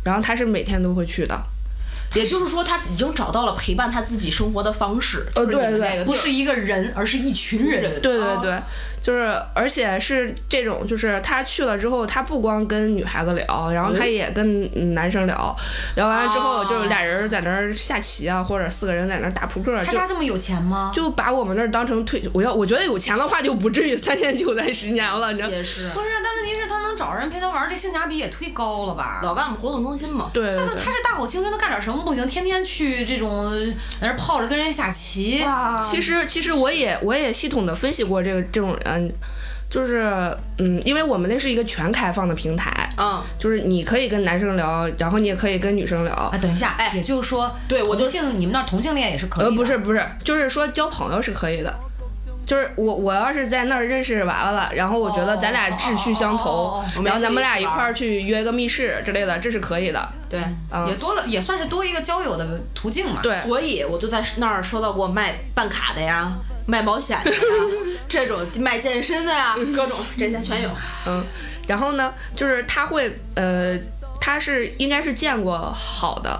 然后他是每天都会去的。也就是说，他已经找到了陪伴他自己生活的方式。呃就是你们对对这个不是一个人，而是一群人。对哦对对，就是而且是这种，就是他去了之后，他不光跟女孩子聊，然后嗯他也跟男生聊，聊完了之后哦就是俩人在那儿下棋啊，或者四个人在那儿打扑克，啊他就家这么有钱吗？就把我们那儿当成退，我要我觉得有钱的话就不至于三千九三十年了，你知道。也是不是，但问题是，他能找人陪他玩儿，这性价比也忒高了吧？老干部活动中心嘛。对对再说对，他这大好青春，他干点什么不行？天天去这种在那儿泡着跟人下棋，啊其实其实我也我也系统的分析过这个这种人，就是嗯，因为我们那是一个全开放的平台，嗯，就是你可以跟男生聊，然后你也可以跟女生聊啊，。等一下，哎，也就是说，对我就同性你们那儿同性恋也是可以呃，的，不是不是，就是说交朋友是可以的。就是我我要是在那儿认识娃娃了，然后我觉得咱俩志趣相投哦哦哦哦，然后咱我们们俩可以一一起玩块儿去约个密室之类的，这是可以的。对，也多了，也算是多一个交友的途径嘛。对所以我就在那儿收到过卖办卡的呀， 卖保险的呀， 这种卖健身的呀，各种这些全有。嗯，然后呢，就是他会呃，他是应该是见过好的，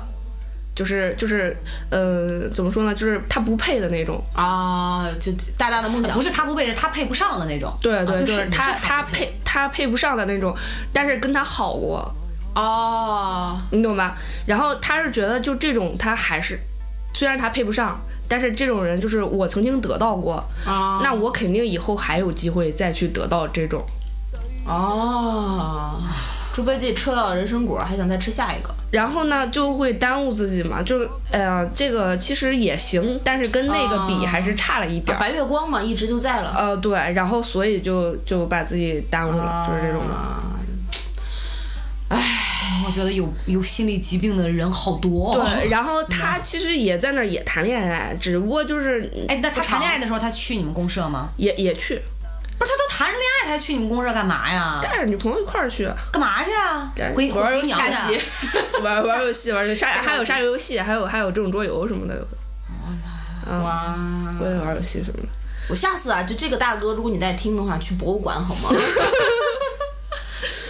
就是就是呃，怎么说呢，就是他不配的那种。啊，就大大的梦想不是他不配，是他配不上的那种。对对，啊就是是你他是他他不配配他配不上的那种，但是跟他好过，哦，你懂吧？然后他是觉得就这种他还是，虽然他配不上，但是这种人就是我曾经得到过，啊那我肯定以后还有机会再去得到这种。哦，猪八戒吃到人参果，还想再吃下一个。然后呢，就会耽误自己嘛，就是，哎、呀，这个其实也行，但是跟那个比还是差了一啊点儿。白月光嘛，一直就在了。呃，对，然后所以就就把自己耽误了，啊就是这种的。我觉得有有心理疾病的人好多、哦。对，然后他其实也在那儿也谈恋爱，只不过就是哎，那他谈恋爱的时候，他去你们公社吗？也也去，不是，他都谈着恋爱，他还去你们公社干嘛呀？带着女朋友一块 儿去干嘛去啊对？回玩儿回游娘戏家。玩玩游戏，玩游 戏杀还有杀游戏，还有还有这种桌游什么的，哇！嗯我也玩游戏什么的。我下次啊，就这个大哥，如果你在听的话，去博物馆好吗？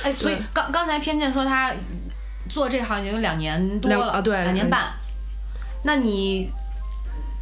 哎，所以刚刚才偏见说他做这行已经两年多两了，啊对两年半。那你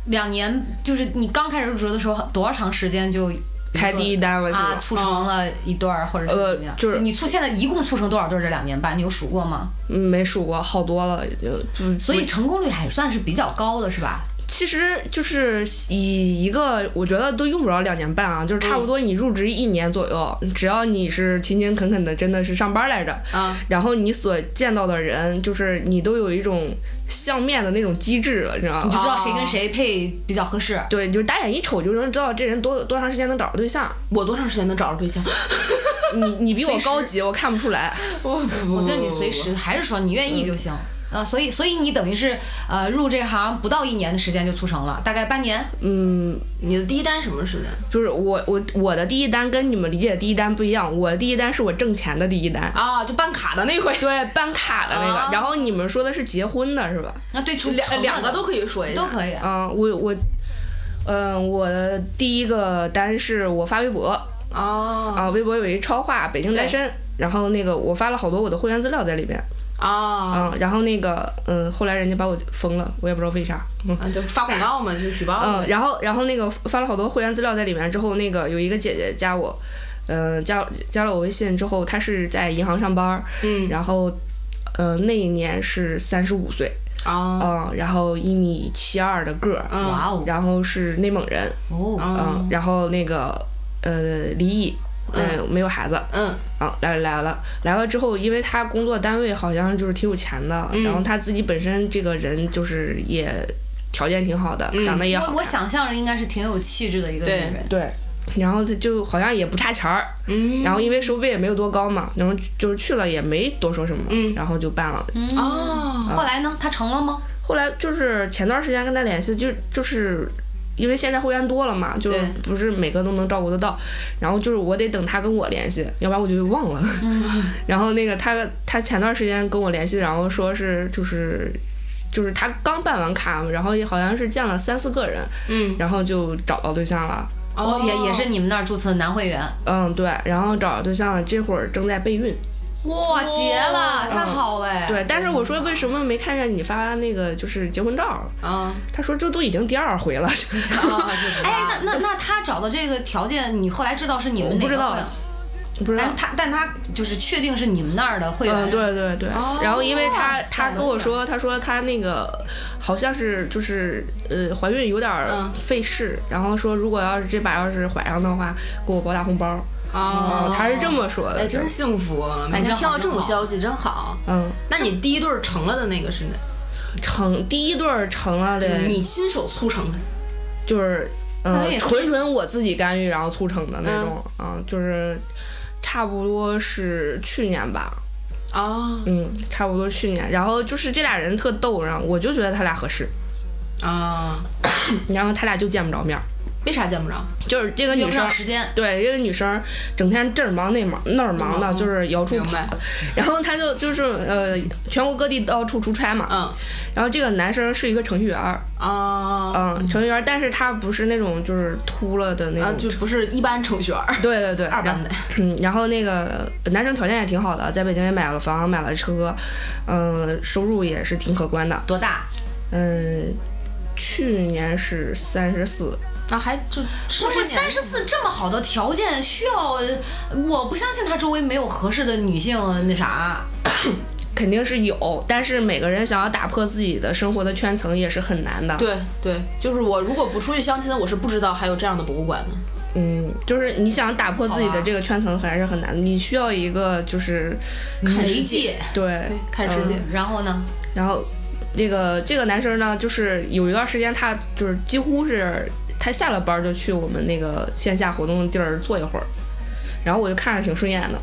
两年就是你刚开始入职的时候，多长时间呃就开第一单了是啊，吧？促成了一对儿，或者是呃怎么样？就是你促现在一共促成多少对儿？这两年半你有数过吗？嗯没数过，好多了，也就就嗯所以成功率还算是比较高的，是吧？其实就是以一个，我觉得都用不着两年半啊，就是差不多你入职一年左右，只要你是勤勤恳恳的，真的是上班来着，啊然后你所见到的人，就是你都有一种相面的那种机制了，你知道你就吗？知道谁跟谁配比较合适。对，就是打眼一瞅就能知道这人多多长时间能找着对象。 我多长时间能找着 对象？你你比我高级，我看不出来。我觉得你随呃时还是说你愿意就行。啊，所以所以你等于是呃入这行不到一年的时间就促成了，大概半年。嗯，你的第一单什么时间？就是我我我的第一单跟你们理解的第一单不一样，我的第一单是我挣钱的第一单。啊，就办卡的那回。对，办卡的那个，然后你们说的是结婚的是吧？那对成两成了 两个都可以说一下，都可以。啊嗯，我我，嗯、我的第一个单是我发微博啊、啊微博有一超话“北京单身”，然后那个我发了好多我的会员资料在里边，啊嗯，然后那个嗯，后来人家把我封了，我也不知道为啥，嗯。啊，就发广告嘛，就举报嗯，呗。然后然后那个发了好多会员资料在里面之后，那个有一个姐姐加我，嗯、加加了我微信之后，她是在银行上班儿，嗯然后，呃，那一年是三十五岁，啊嗯，然后一米七二的个儿，嗯哇哦然后是内蒙人，哦，啊嗯，然后那个呃离异，嗯、没有孩子，嗯啊来来了来了之后，因为他工作单位好像就是挺有钱的，然后他自己本身这个人就是也条件挺好的，长得也好我我想象着应该是挺有气质的一个女对人。对，然后他就好像也不差钱儿，嗯然后因为收费也没有多高嘛，然后就是去了也没多说什么，然后就办了。啊后来呢？她成了吗？后来就是前段时间跟他联系，就就是。因为现在会员多了嘛，就对不是每个都能照顾得到，然后就是我得等他跟我联系，要不然我就忘了。嗯 然后那个他他前段时间跟我联系，然后说是就是就是他刚办完卡，然后也好像是见了三四个人，嗯，然后就找到对象了。哦，也也是你们那儿注册的男会员。嗯，对，然后找对象了，这会儿正在备孕。哇，结了，太好了哎！对，但是我说为什么没看见你发那个就是结婚照？啊他说这都已经第二回 了， 啊，就哎，那那那她找的这个条件，你后来知道是你们我哪不个知道会员不知道但。他但他就是确定是你们那儿的会员，嗯，对对对，然后因为他塞他跟我说，他说他那个好像是就是呃怀孕有点儿费事，然后说如果要是这把要是怀上的话，给我包大红包。啊嗯，他是这么说哎，的，真幸福啊！每天真听到好这种真好消息真好。嗯，那你第一对儿成了的那个是哪？成第一对儿成了的，你亲手促成的就是嗯、那也是纯纯我自己干预然后促成的那种，嗯、就是差不多是去年吧，啊嗯，差不多去年。然后就是这俩人特逗，然后我就觉得他俩合适，啊，然后他俩就见不着面儿，为啥见不着？就是这个约女不生上。时间，对，这个女生整天这儿忙那忙那儿忙嗯的，就是摇出明跑 白。然后她就就是呃，全国各地到处出差嘛。嗯然后这个男生是一个程序员儿，啊嗯，程序员儿，但是他不是那种就是秃了的那种。啊，就不是一般程序员儿，对对 对，二然班的嗯，然后那个嗯男生条件也挺好的，在北京也买了房，买了车，嗯、收入也是挺可观的，多大？嗯、去年是三十四，啊，还就不不是三十四这么好的条件，需要呃我不相信他周围没有合适的女性那啥。肯定是有，但是每个人想要打破自己的生活的圈层也是很难的。，对对，就是我如果不出去相亲，我是不知道还有这样的博物馆的。嗯，就是你想打破自己的这个圈层还是很难的，你需要一个就是嗯媒介，对对，看世界嗯然后呢？然后这个这个男生呢，就是有一段时间他就是呃几乎是他下了班就去我们那个线下活动的地儿坐一会儿，然后我就看着挺顺眼的，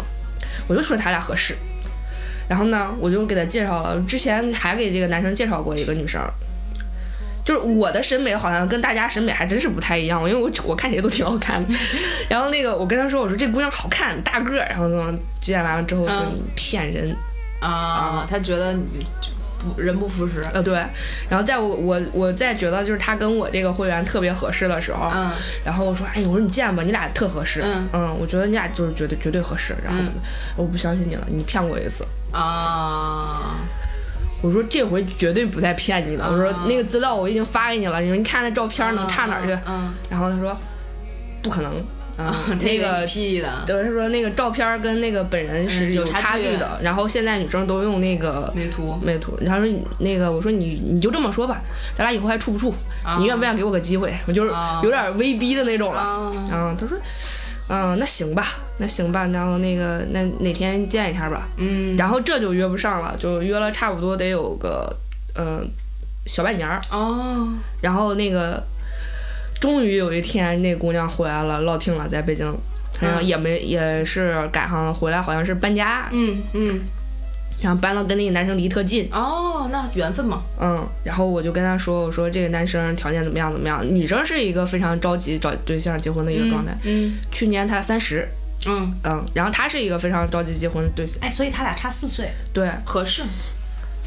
我就说他俩合适。然后呢，我就给他介绍了，之前还给这个男生介绍过一个女生，就是我的审美好像跟大家审美还真是不太一样，因为我我看谁都挺好看的。 然后那个我跟他说，我说这姑娘好看，大个儿，然后怎么见完了之后就嗯骗人，啊，他觉得你就不人不服食。呃，对，然后在我我我在觉得就是他跟我这个会员特别合适的时候，嗯然后我说，哎，我说你见吧，你俩特合适，嗯我觉得你俩就是绝对绝对合适，然后怎么，我不相信你了，你骗过我一次，啊，我说这回绝对不再骗你了，我说那个资料我已经发给你了，你说你看那照片能差哪儿去？嗯，然后他说，不可能，嗯，那这个屁的，对，他说那个照片跟那个本人是嗯有有差差距距的，然后现在女生都用那个美图美图，他说你那个，我说你你就这么说吧，咱俩以后还处不处？你愿不愿意给我个机会？我就是啊有点威逼的那种了。啊嗯，他说，嗯，那行吧，那行吧，然后那个那哪天见一下吧。嗯然后这就约不上了，就约了差不多得有个嗯、呃小半年儿。哦，然后那个终于有一天，那姑娘回来了，落听了，在北京，然后也没、也是赶上回来，好像是搬家，嗯嗯，然后搬到跟那个男生离特近，哦，那缘分嘛，嗯，然后我就跟他说，我说这个男生条件怎么样怎么样，女生是一个非常着急找对象结婚的一个状态，嗯去年他三十，嗯，嗯，然后他是一个非常着急结婚的对象，哎，所以他俩差四岁，对，合适，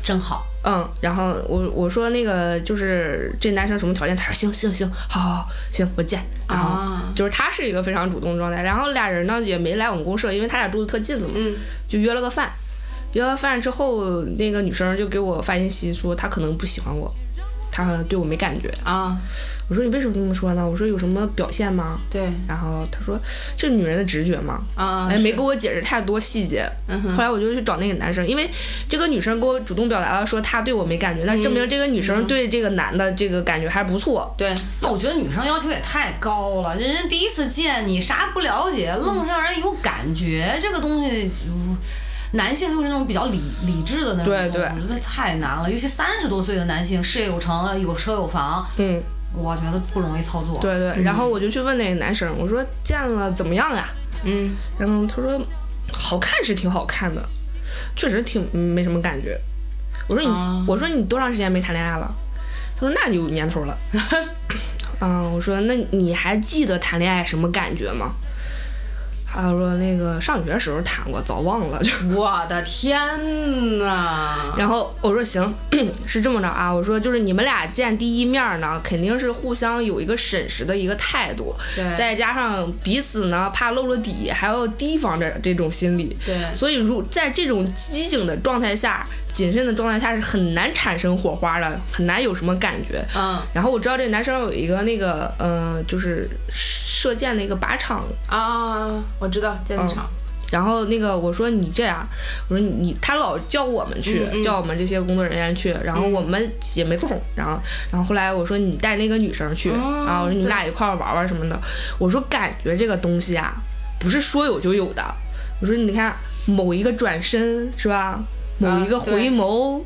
真好。嗯，然后我我说那个就是这男生什么条件？他说行行行，好好好，行我见。然后啊就是他是一个非常主动的状态，然后俩人呢也没来我们公社，因为他俩住的特近的嘛，嗯就约了个饭。约了饭之后，那个女生就给我发信息说她可能不喜欢我，她好像对我没感觉。啊，我说你为什么这么说呢？我说有什么表现吗？对然后她说这女人的直觉嘛，啊，哎，没是嗯给我解释太多细节。后来我就去找那个男生，因为这个女生给我主动表达了说她对我没感觉，那嗯证明这个女生对这个男的这个感觉还不错。对，那我觉得女生要求也太高了，人家第一次见你啥也不了解，愣是让人有感觉，这个东西就。男性又是那种比较理理智的那种，对对我觉得太难了。尤其三十多岁的男性，事业有成了，有车有房，嗯，我觉得不容易操作。，对对。然后我就去问那个男生，我说见了怎么样呀？嗯然后他说好看是挺好看的，确实挺嗯没什么感觉。我说你，啊我说你多长时间没谈恋爱了？他说那有年头了。 嗯，我说那你还记得谈恋爱什么感觉吗？他说那个上学时候谈过，早忘了。就我的天呐，然后我说行， 是这么着啊，我说就是你们俩见第一面呢，肯定是互相有一个审视的一个态度，对再加上彼此呢怕露了底，还要提防着这种心理，对所以如在这种机警的状态下，谨慎的状态下是很难产生火花的，很难有什么感觉。嗯然后我知道这男生有一个那个呃，就是射箭的一个靶场啊，我知道建立场，然后那个我说你这样，我说你你他老叫我们去，叫我们这些工作人员去，然后我们也没空，然后然后后来我说你带那个女生去，然后我说你们俩一块儿玩玩什么的，我说感觉这个东西啊，不是说有就有的，我说你看某一个转身是吧，某一个回眸。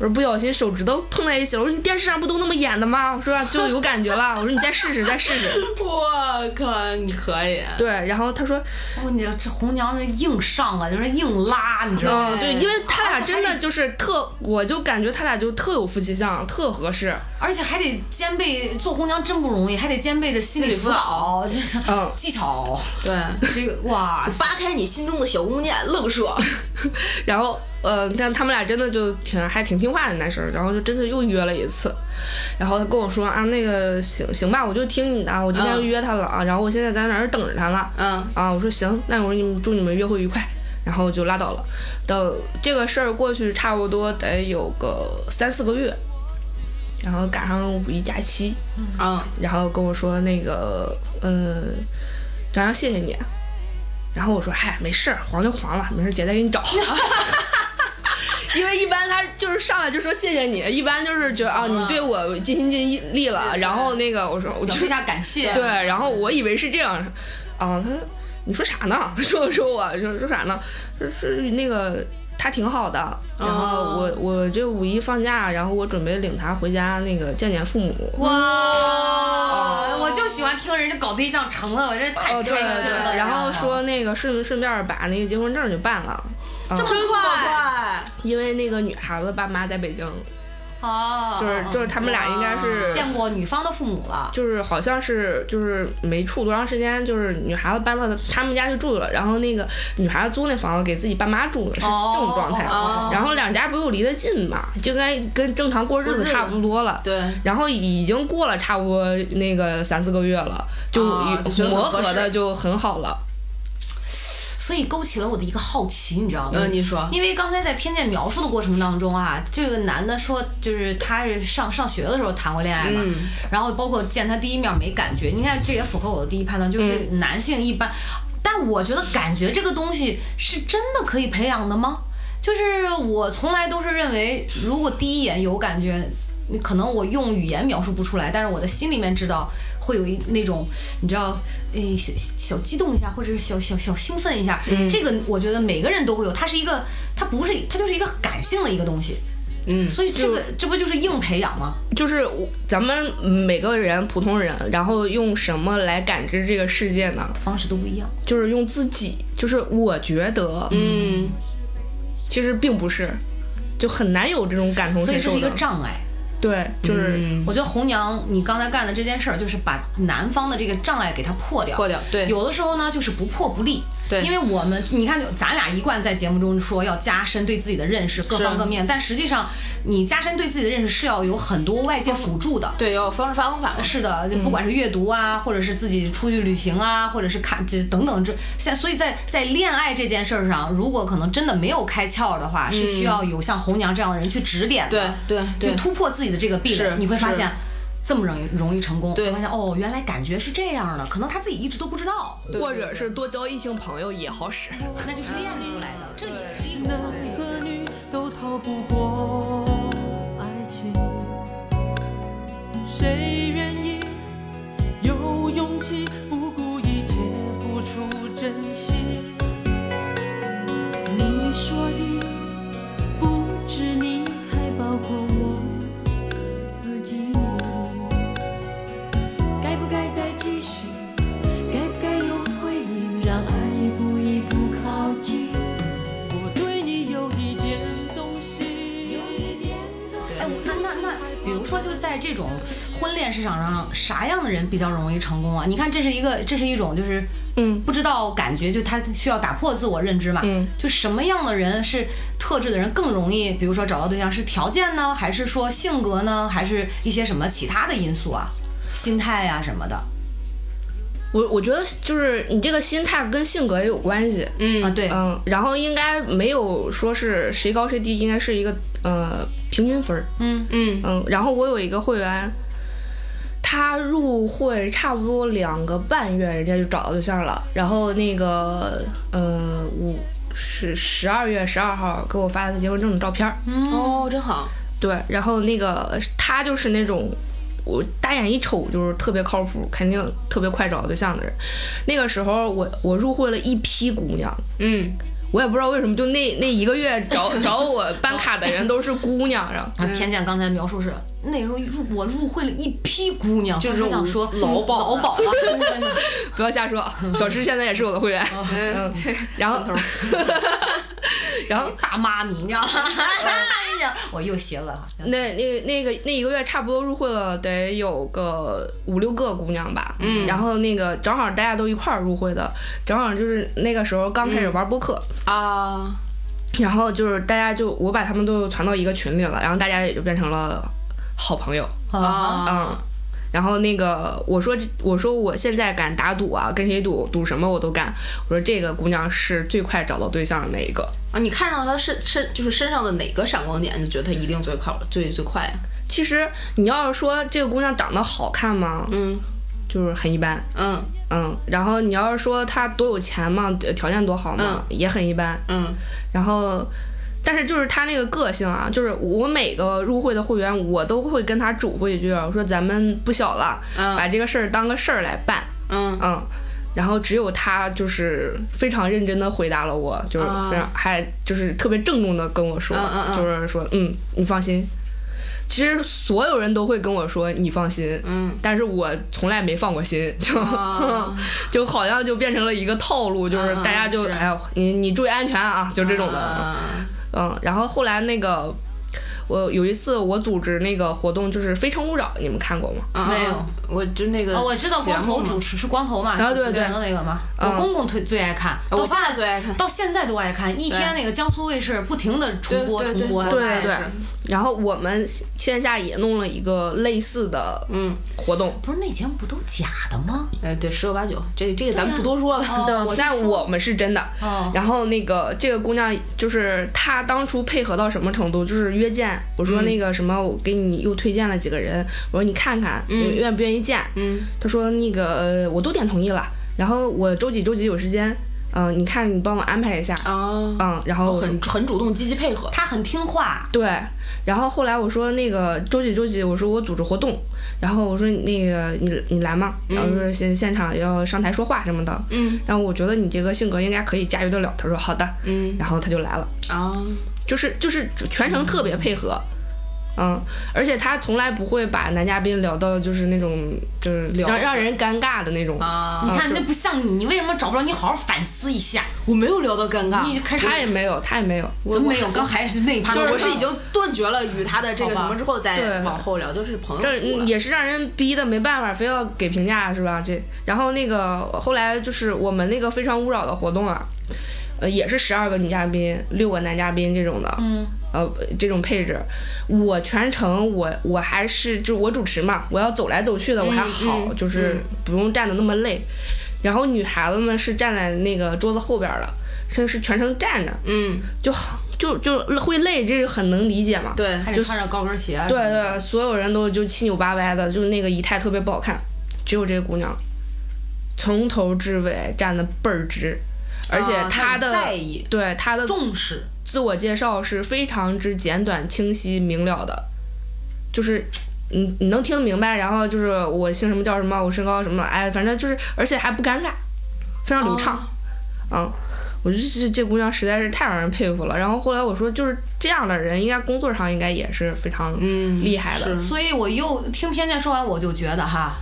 我说不小心手指头碰在一起了。我说你电视上不都那么演的吗？我说就有感觉了。我说你再试试，再试试。我靠，你可以，对，然后他说，哦，你这红娘这硬上啊，就是硬拉，你知道吗？嗯，对，因为他俩真的就是特，我就感觉他俩就特有夫妻相，特合适。而且还得兼备做红娘真不容易，还得兼备着心理辅导，这是嗯技巧。对，这个 哇， 扒开你心中的小弓箭，愣射。然后，呃，但他们俩真的就挺还挺听话的男生，然后就真的又约了一次，然后他跟我说啊，那个行行吧，我就听你的，我今天嗯又约他了啊，然后我现在在那儿等着他了，嗯，啊，我说行，那我说你们祝你们约会愉快，然后就拉倒了。等这个事儿过去，差不多得有个三四个月，然后赶上五一假期， 嗯，然后跟我说那个，呃，张扬谢谢你，啊然后我说嗨，没事儿，黄就黄了，没事儿，姐再给你找。啊 因为一般他就是上来就说谢谢你，一般就是觉得啊你对我尽心尽力了，然后那个我说我表就示一下感谢。对，然后我以为是这样，啊，他说你说啥呢？ 说说我说说啥呢？说是那个他挺好的，然后哦我我这五一放假，然后我准备领他回家那个见见父母。哇，我就喜欢听人家搞对象成了，我啊这太哦，对开心了。对，然后说那个顺顺便把那个结婚证就办了，这嗯么快因为那个女孩子爸妈在北京，哦，就是就是他们俩应该是见过女方的父母了。就是好像是就是没处多长时间，就是女孩子搬到他们家去住了，然后那个女孩子租那房子给自己爸妈住的，是这种状态。哦然后两家不又离得近嘛，就该跟正常过日子差不多了。对，然后已经过了差不多那个三四个月了，就啊就觉得很磨合合适的就很好了。所以勾起了我的一个好奇，你知道吗？嗯，你说，因为刚才在偏见描述的过程当中啊，这个男的说，就是他是上上学的时候谈过恋爱嘛，嗯然后包括见他第一面没感觉，你看这也符合我的第一判断，就是男性一般，但我觉得感觉这个东西是真的可以培养的吗？就是我从来都是认为，如果第一眼有感觉，你可能我用语言描述不出来，但是我的心里面知道会有一那种，你知道，诶、小小小激动一下，或者是小小小兴奋一下，这个我觉得每个人都会有，它是一个，它不是，它就是一个感性的一个东西。嗯，所以这个这不就是硬培养吗？就是我咱们每个人普通人，然后用什么来感知这个世界呢？方式都不一样。就是用自己，就是我觉得，嗯，其实并不是，就很难有这种感同所以身这受是一个嗯的。障碍。对，就是、嗯我觉得红娘，你刚才干的这件事儿，就是把男方的这个障碍给它破掉。破掉对有的时候呢，就是不破不立。对因为我们你看，咱俩一贯在节目中说要加深对自己的认识，各方各面，但实际上你加深对自己的认识是要有很多外界辅助的。对，要有方式发方法。是的，就不管是阅读啊，或者是自己出去旅行啊，或者是看这等等这，现所以在在恋爱这件事儿上，如果可能真的没有开窍的话，是需要有像红娘这样的人去指点对的，嗯对去对突破自己的这个壁是垒，你会发是现。这么容易容易成功，对会发现哦，原来感觉是这样的，可能他自己一直都不知道，或者是多交异性朋友也好使。那就是练出来的，这也是一种男方法和女都逃不过爱情，谁愿意有勇气不顾一切付出真心？你说的不止你，还包括我自己。该不该再继续？该不该有回应？让爱一步一步靠近。我对你有一点动心，有一点动哎，那那那，比如说，就在这种婚恋市场上，啥样的人比较容易成功啊？你看，这是一个，这是一种，就是嗯不知道感觉，就他需要打破自我认知嘛。嗯，就什么样的人是特质的人更容易，比如说找到对象，是条件呢，还是说性格呢，还是一些什么其他的因素啊？心态啊什么的。我我觉得就是你这个心态跟性格也有关系。嗯啊，对，嗯，然后应该没有说是谁高谁低，应该是一个呃平均分儿。嗯嗯然后我有一个会员，他入会差不多两个半月，人家就找到对象了。然后那个呃五是十二月十二号给我发的结婚证的照片儿。哦，真好。对，然后那个他就是那种。我大眼一瞅就是特别靠谱，肯定特别快找到对象的人。那个时候我我入会了一批姑娘，嗯，我也不知道为什么，就那那一个月找找我办卡的人都是姑娘，然后啊，田姐刚才描述是那时候入我入会了一批姑娘，就就是是想说劳保劳保了，真的不要瞎说，小池现在也是我的会员，嗯，然后 然后大妈咪，你 知道吗？哎呀，我又邪恶了。那那那个那一个月差不多入会了，得有个五六个姑娘吧。嗯，然后那个正好大家都一块儿入会的，正好就是那个时候刚开始玩播客啊，然后就是大家就我把他们都传到一个群里了，然后大家也就变成了好朋友。啊，嗯，然后那个我说这我说我现在敢打赌啊，跟谁赌赌什么我都干。我说这个姑娘是最快找到对象的那一个。啊你看上他身身就是身上的哪个闪光点，你觉得他一定最靠最最快啊？其实你要是说这个姑娘长得好看吗？嗯就是很一般。嗯嗯，然后你要是说她多有钱嘛，呃条件多好嘛，也很一般。嗯然后，但是就是她那个个性啊，就是我每个入会的会员，我都会跟她嘱咐一句，啊我说咱们不小了，嗯把这个事儿当个事儿来办。嗯嗯，然后只有她就是非常认真的回答了我，就是啊非常、还就是特别郑重的跟我说，嗯嗯嗯就是说嗯，你放心。其实所有人都会跟我说你放心，嗯，但是我从来没放过心，就、啊 就好像就变成了一个套路，就是嗯嗯大家就是哎呦你你注意安全啊，就这种的，啊嗯，然后后来那个。我有一次，我组织那个活动，就是《非诚勿扰》，你们看过吗？啊没有，我就那个哦，我知道光头节目主嘛持是光头嘛，啊对主持人的那个嘛，我公公最最爱看，嗯呃我到现爸最爱看到现在都爱看，一天那个江苏卫视不停的重播对对重播，哎对对对是。然后我们线下也弄了一个类似的嗯活动，不是那节目不都假的吗？呃，对，十有八九，这这个咱们不多说了。哦我就但我们是真的。哦然后那个这个姑娘，就是她当初配合到什么程度，就是约见。我说那个什么，我给你又推荐了几个人，我说你看看，你愿不愿意见？嗯，她说那个呃，我都点同意了。然后我周几周几有时间，嗯、你看你帮我安排一下。哦啊，嗯，然后我说很很主动，积极配合。他很听话，对，然后后来我说那个周几周几，我说我组织活动，然后我说那个你你来吗？然后就是现现场要上台说话什么的，嗯，然后我觉得你这个性格应该可以驾驭得了。他说好的，嗯然后他就来了，啊，哦就是就是全程特别配合。嗯，而且他从来不会把男嘉宾聊到就是那种就是聊让死让人尴尬的那种啊你看就那不像你，你为什么找不着？你好好反思一下。我没有聊到尴尬，你开始他也没有，他也没有，怎么没有？刚还是那一趴，就是我是已经断绝了与他的这个什么之后再对哎往后聊，就是朋友这处啊嗯了。也是让人逼的没办法，非要给评价是吧？这然后那个后来就是我们那个非诚勿扰的活动啊，呃，也是十二个女嘉宾，六个男嘉宾这种的，嗯，呃，这种配置，我全程我我还是就我主持嘛，我要走来走去的，我嗯还好，就是不用站的那么累。然后女孩子们是站在那个桌子后边儿的，甚至是全程站着，嗯，就好就就会累，这是很能理解嘛。对，还就得穿着高跟鞋。对，对，所有人都就七扭八歪的，就是那个仪态特别不好看，只有这个姑娘从头至尾站的倍儿直，而且啊她她很的、在意对她的重视自我介绍是非常之简短、清晰、明了的，就是。你你能听得明白，然后就是我姓什么叫什么，我身高什么，哎，反正就是，而且还不尴尬，非常流畅，哦嗯，我就这这姑娘实在是太让人佩服了。然后后来我说，就是这样的人，应该工作上应该也是非常嗯厉害的，所以我又听偏见说完，我就觉得哈，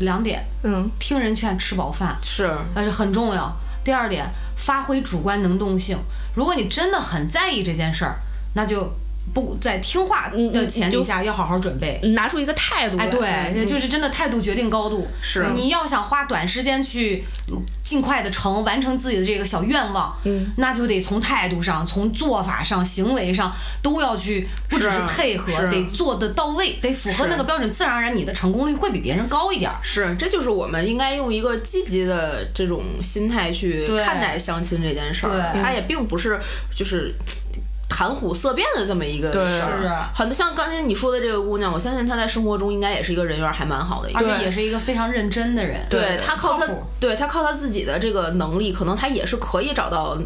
两点，嗯听人劝，吃饱饭，是那是很重要。第二点，发挥主观能动性。如果你真的很在意这件事儿，那就不在听话嗯的前就提下，要好好准备。，拿出一个态度来。嗯哎，对，就是真的态度决定高度。嗯嗯是你要想花短时间去嗯尽快的成完成自己的这个小愿望，嗯，那就得从态度上、从做法上、行为上都要去，不只是配合，是得做的到位，得符合那个标准，自然而然你的成功率会比别人高一点儿。是，这就是我们应该用一个积极的这种心态去对看待相亲这件事儿，对它也并不是就是。谈虎色变的这么一个事对是儿，很多像刚才你说的这个姑娘，我相信她在生活中应该也是一个人缘还蛮好的一个而人，且也是一个非常认真的人，对她靠她谱，对她靠她自己的这个能力，可能她也是可以找到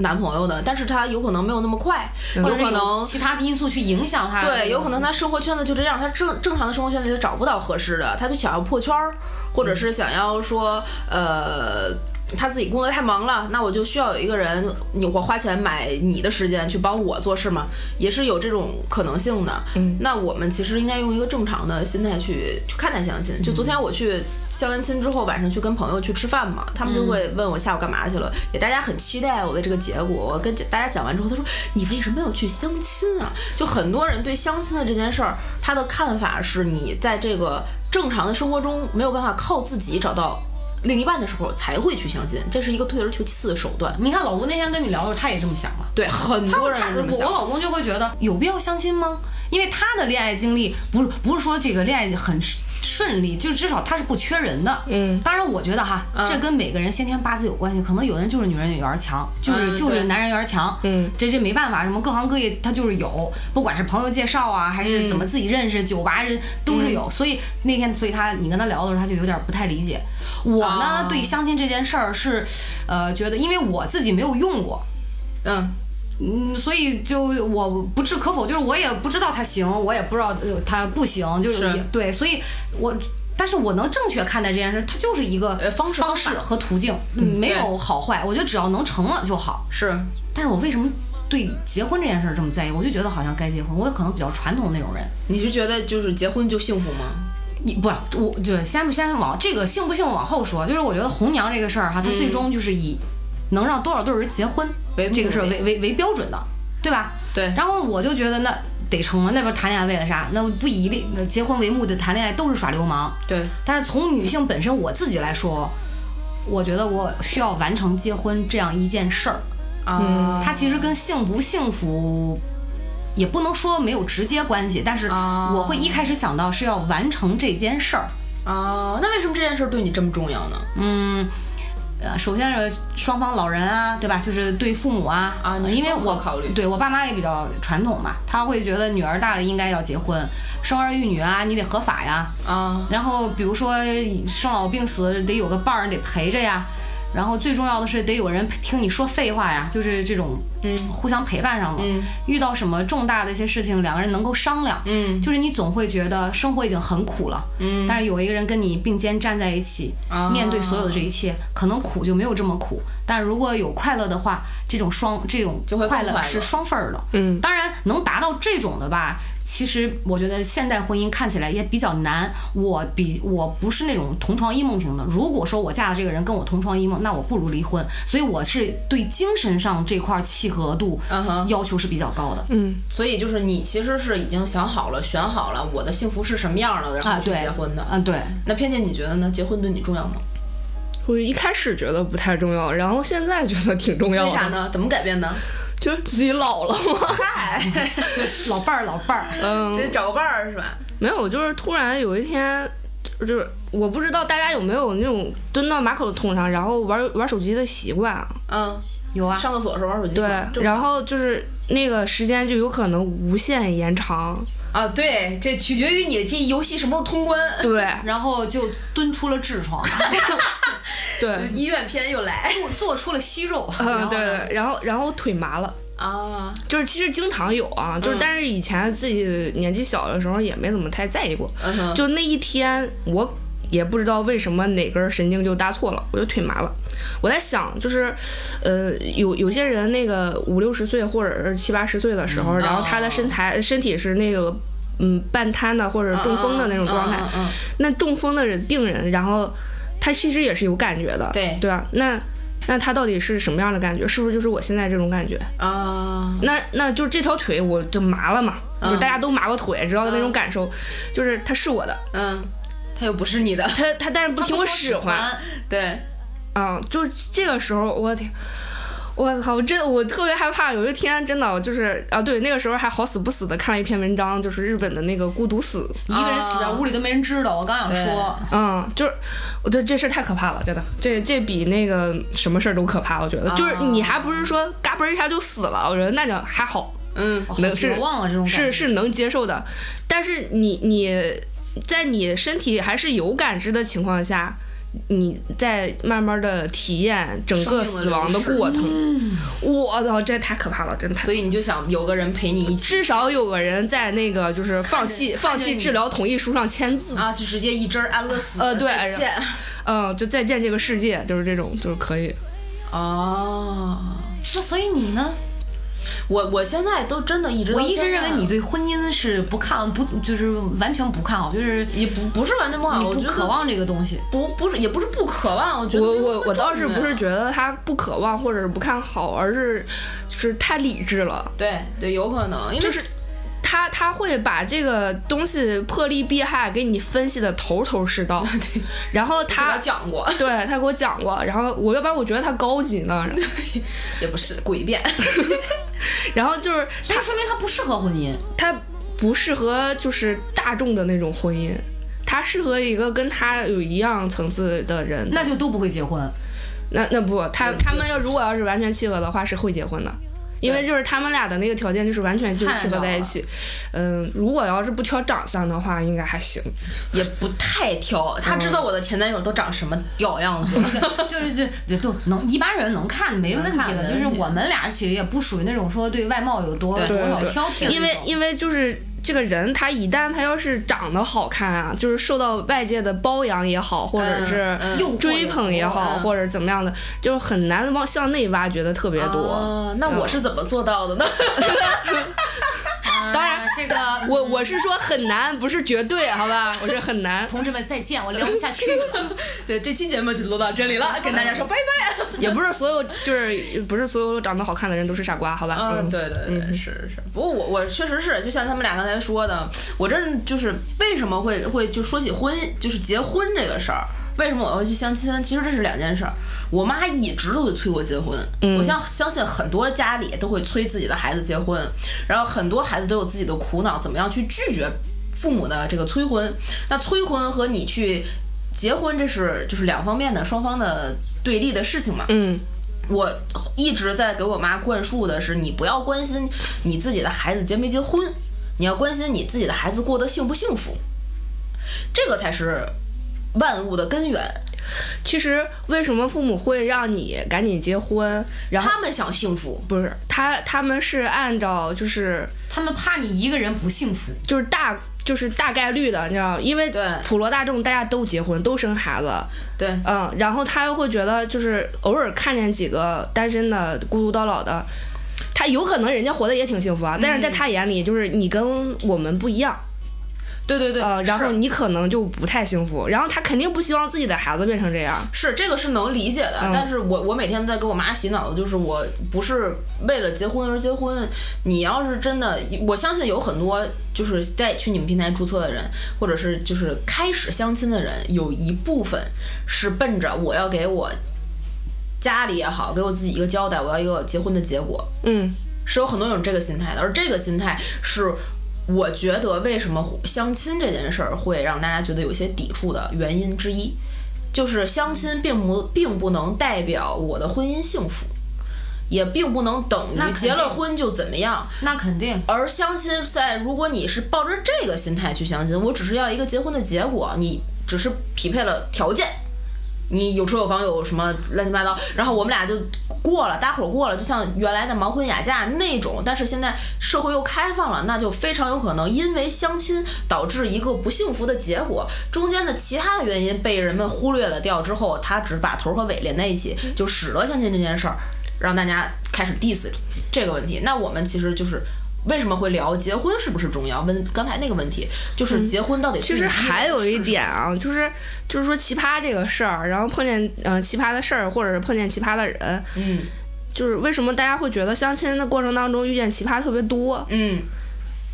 男朋友的，但是她有可能没有那么快，或有者是可能其他的因素去影响他，嗯对，有可能她生活圈子就这样，她正正常的生活圈子里找不到合适的，她就想要破圈儿，或者是想要说呃。他自己工作太忙了，那我就需要有一个人，你我花钱买你的时间去帮我做事嘛，也是有这种可能性的。嗯，那我们其实应该用一个正常的心态去去看待相亲。就昨天我去相完亲之后，晚上去跟朋友去吃饭嘛，嗯他们就会问我下午干嘛去了，也大家很期待我的这个结果。我跟大家讲完之后，他说你为什么要去相亲啊？就很多人对相亲的这件事儿，他的看法是你在这个正常的生活中没有办法靠自己找到。另一半的时候才会去相亲，这是一个退而求其次的手段。你看老吴那天跟你聊的时候，他也这么想嘛。对，很他多会人看是这么我想我。老公就会觉得有必要相亲吗？因为他的恋爱经历不是不是说这个恋爱很顺利，就是至少他是不缺人的。嗯，当然我觉得哈，嗯这跟每个人先天八字有关系，可能有的人就是女人缘儿强，就是、嗯就是对男人缘儿强。嗯，这这没办法，什么各行各业他就是有，不管是朋友介绍啊，还嗯是怎么自己认识，酒吧人都是有。所以那天，所以他你跟他聊的时候，他就有点不太理解。我哦呢，对相亲这件事儿是，呃，觉得因为我自己没有用过，嗯，嗯，所以就我不置可否，就是我也不知道他行，我也不知道呃他不行，就是是也对，所以我。但是我能正确看待这件事，它就是一个呃方式方式方和途径，嗯没对有好坏，我觉得只要能成了就好。是但是我为什么对结婚这件事儿这么在意？我就觉得好像该结婚，我可能比较传统那种人。你是觉得就是结婚就幸福吗？你不，我就是先不先往这个幸不幸往后说，就是我觉得红娘这个事儿哈，它最终就是以能让多少对儿人结婚嗯为目这个事儿的为为为标准的，对吧？对然后我就觉得那得成啊，那边谈恋爱为了啥？那不以恋那结婚为目的谈恋爱都是耍流氓。对，但是从女性本身我自己来说，我觉得我需要完成结婚这样一件事儿，嗯啊、它其实跟幸不幸福。也不能说没有直接关系，但是啊我会一开始想到是要完成这件事儿，啊，那为什么这件事对你这么重要呢？嗯，呃，首先是双方老人啊，对吧？就是对父母啊，啊你是因为综合我考虑对我爸妈也比较传统嘛，他会觉得女儿大了应该要结婚，生儿育女啊，你得合法呀。啊，然后比如说生老病死得有个伴儿，得陪着呀。然后最重要的是得有人听你说废话呀，就是这种嗯互相陪伴上嘛。遇到什么重大的一些事情，两个人能够商量。嗯就是你总会觉得生活已经很苦了，嗯，但是有一个人跟你并肩站在一起，啊面对所有的这一切，可能苦就没有这么苦。但如果有快乐的话，这种双这种就会更快乐快乐是双份儿的。嗯当然能达到这种的吧，其实我觉得现代婚姻看起来也比较难。我比我不是那种同床异梦型的。如果说我嫁的这个人跟我同床异梦，那我不如离婚。所以我是对精神上这块契合度嗯哼要求是比较高的。嗯所以就是你其实是已经想好了、选好了我的幸福是什么样的，然啊，后去对，结婚的。啊，对，那偏见你觉得呢？结婚对你重要吗？我一开始觉得不太重要，然后现在觉得挺重要为啥的，呢？怎么改变呢？就是自己老 了嘛。嗯老伴儿，老伴儿。得找个伴儿是吧？没有，就是突然有一天，就是我不知道大家有没有那种蹲到马桶桶上，然后玩玩手机的习惯啊。嗯，有啊，上厕所的时候玩手机吗。这对，然后就是那个时间就有可能无限延长。啊，对，这取决于你这游戏什么时候通关。对然后就蹲出了痔疮，对，医院篇又来做做出了息肉。 嗯对对，然后然后腿麻了。啊，就是其实经常有啊，嗯就是但是以前自己年纪小的时候也没怎么太在意过，嗯哼就那一天我也不知道为什么哪根神经就搭错了，我就腿麻了。我在想，就是，呃，有有些人那个五六十岁或者是七八十岁的时嗯候，然后他的哦身材、身体是那个嗯半瘫的或者啊中风的那种状态，嗯嗯嗯嗯那中风的人病人，然后他其实也是有感觉的，对对啊，那那他到底是什么样的感觉？是不是就是我现在这种感觉？啊，那那就这条腿我就麻了嘛，就大家都麻过腿，知道那种感受，就是它是我的，嗯，他又不是你的，它它但是不听我使唤，对，啊，就这个时候我天。我靠！我真我特别害怕，有一天真的就是啊，对，那个时候还好死不死的看了一篇文章，就是日本的那个孤独死，一个人死在屋里都没人知道。我刚想说，嗯，就是我对这事儿太可怕了，真的，这这比那个什么事儿都可怕，我觉得，就是你还不是说嘎嘣一下就死了，我觉得那就还好，嗯，好能绝是望啊，这种感觉是是能接受的，但是你你在你身体还是有感知的情况下，你再慢慢的体验整个死亡的过程。我操，这太可怕了，真的太嗯可怕了。所以你就想有个人陪你一起至少有个人在那个就是放弃放弃治疗同意书上签字，啊，就直接一针儿安乐死。呃对再见嗯，就再见这个世界，就是这种，就是可以。哦，那所以你呢？我我现在都真的一直我到一直现认为在你对婚姻是不看不就是完全不看好，就是也不不是完全不好，你我不觉得渴望这个东西。不不是也不是不渴望，我觉得我没有那我么我倒是重要不是觉得他不渴望或者是不看好，而是就是太理智了。对对有可能，因为就是他他会把这个东西破例避害给你分析的头头是道，然后给他他。讲过，对他给我讲过，然后我要不然我觉得他高级呢， 也不是诡辩，然后就是所以说明他不适合婚姻。他不适合就是大众的那种婚姻，他适合一个跟他有一样层次的人。那就都不会结 婚。那那不，他他们要如果要是完全契合的话，是会结婚的。因为就是他们俩的那个条件就是完全就是契合在一起，嗯，如果要是不挑长相的话，应该还行。也不太 挑。他知道我的前男友都长什么屌样子，就是这这都能一般人能看没问题能看的，的就是我们俩其实也不属于那种说对外貌有多对多少对挑剔的那种，因为因为就是这个人，他一旦他要是长得好看啊，就是受到外界的包养也好，或者是诱惑追捧也好，嗯或者怎么样的，就是很难往向内挖掘的特别哦多。啊那 我是怎么做到的呢？ 啊当然这个我我是说很难，不是绝对，好吧？我是很难， 同志们再见，我聊不下去 了。对，这期节目就录到这里了，跟大家说拜拜。 也不是所有就是不是所有长得好看的人都是傻瓜，好吧？嗯，嗯，对对对，是是是。不过我我确实是，就像他们俩刚才说的，我这就是为什么会会就说起婚，就是结婚这个事儿，为什么我要去相亲？其实这是两件事儿。我妈一直都会催我结婚，嗯我相相信很多家里都会催自己的孩子结婚，然后很多孩子都有自己的苦恼，怎么样去拒绝父母的这个催婚？那催婚和你去结婚，这是就是两方面的双方的对立的事情嘛？嗯，我一直在给我妈灌输的是，你不要关心你自己的孩子结没结婚，你要关心你自己的孩子过得幸不幸福，这个才是万物的根源。其实为什么父母会让你赶紧结婚？然后他们想幸福，不是他他们是按照就是他们怕你一个人不幸福，就是大就是大概率的，你知道，因为对普罗大众大家都结婚都生孩子，对嗯，然后他又会觉得就是偶尔看见几个单身的孤独到老的，他有可能人家活得也挺幸福啊，嗯但是在他眼里就是你跟我们不一样，对对对，呃，然后是你可能就不太幸福，然后他肯定不希望自己的孩子变成这样，是这个是能理解的，嗯但是我我每天在给我妈洗脑的就是，我不是为了结婚而结婚。你要是真的，我相信有很多就是在去你们平台注册的人，或者是就是开始相亲的人，有一部分是奔着我要给我家里也好，给我自己一个交代，我要一个结婚的结果，嗯，是有很多种这个心态的，而这个心态是。我觉得为什么相亲这件事儿会让大家觉得有一些抵触的原因之一，就是相亲并不并不能代表我的婚姻幸福，也并不能等那于肯结了定婚就怎么样。那肯定而相亲在，如果你是抱着这个心态去相亲，我只是要一个结婚的结果，你只是匹配了条件，你有车有房有什么乱七八糟，然后我们俩就过了，搭伙过了，就像原来的盲婚哑嫁那种。但是现在社会又开放了，那就非常有可能因为相亲导致一个不幸福的结果，中间的其他的原因被人们忽略了掉之后，他只把头和尾连在一起，嗯就使得相亲这件事儿让大家开始 diss 这个问题。那我们其实就是。为什么会聊结婚是不是重要？问刚才那个问题，就是结婚到底嗯其对实你还有一点啊，就是就是说奇葩这个事儿，然后碰见嗯、呃奇葩的事儿，或者是碰见奇葩的人，嗯就是为什么大家会觉得相亲的过程当中遇见奇葩特别多？嗯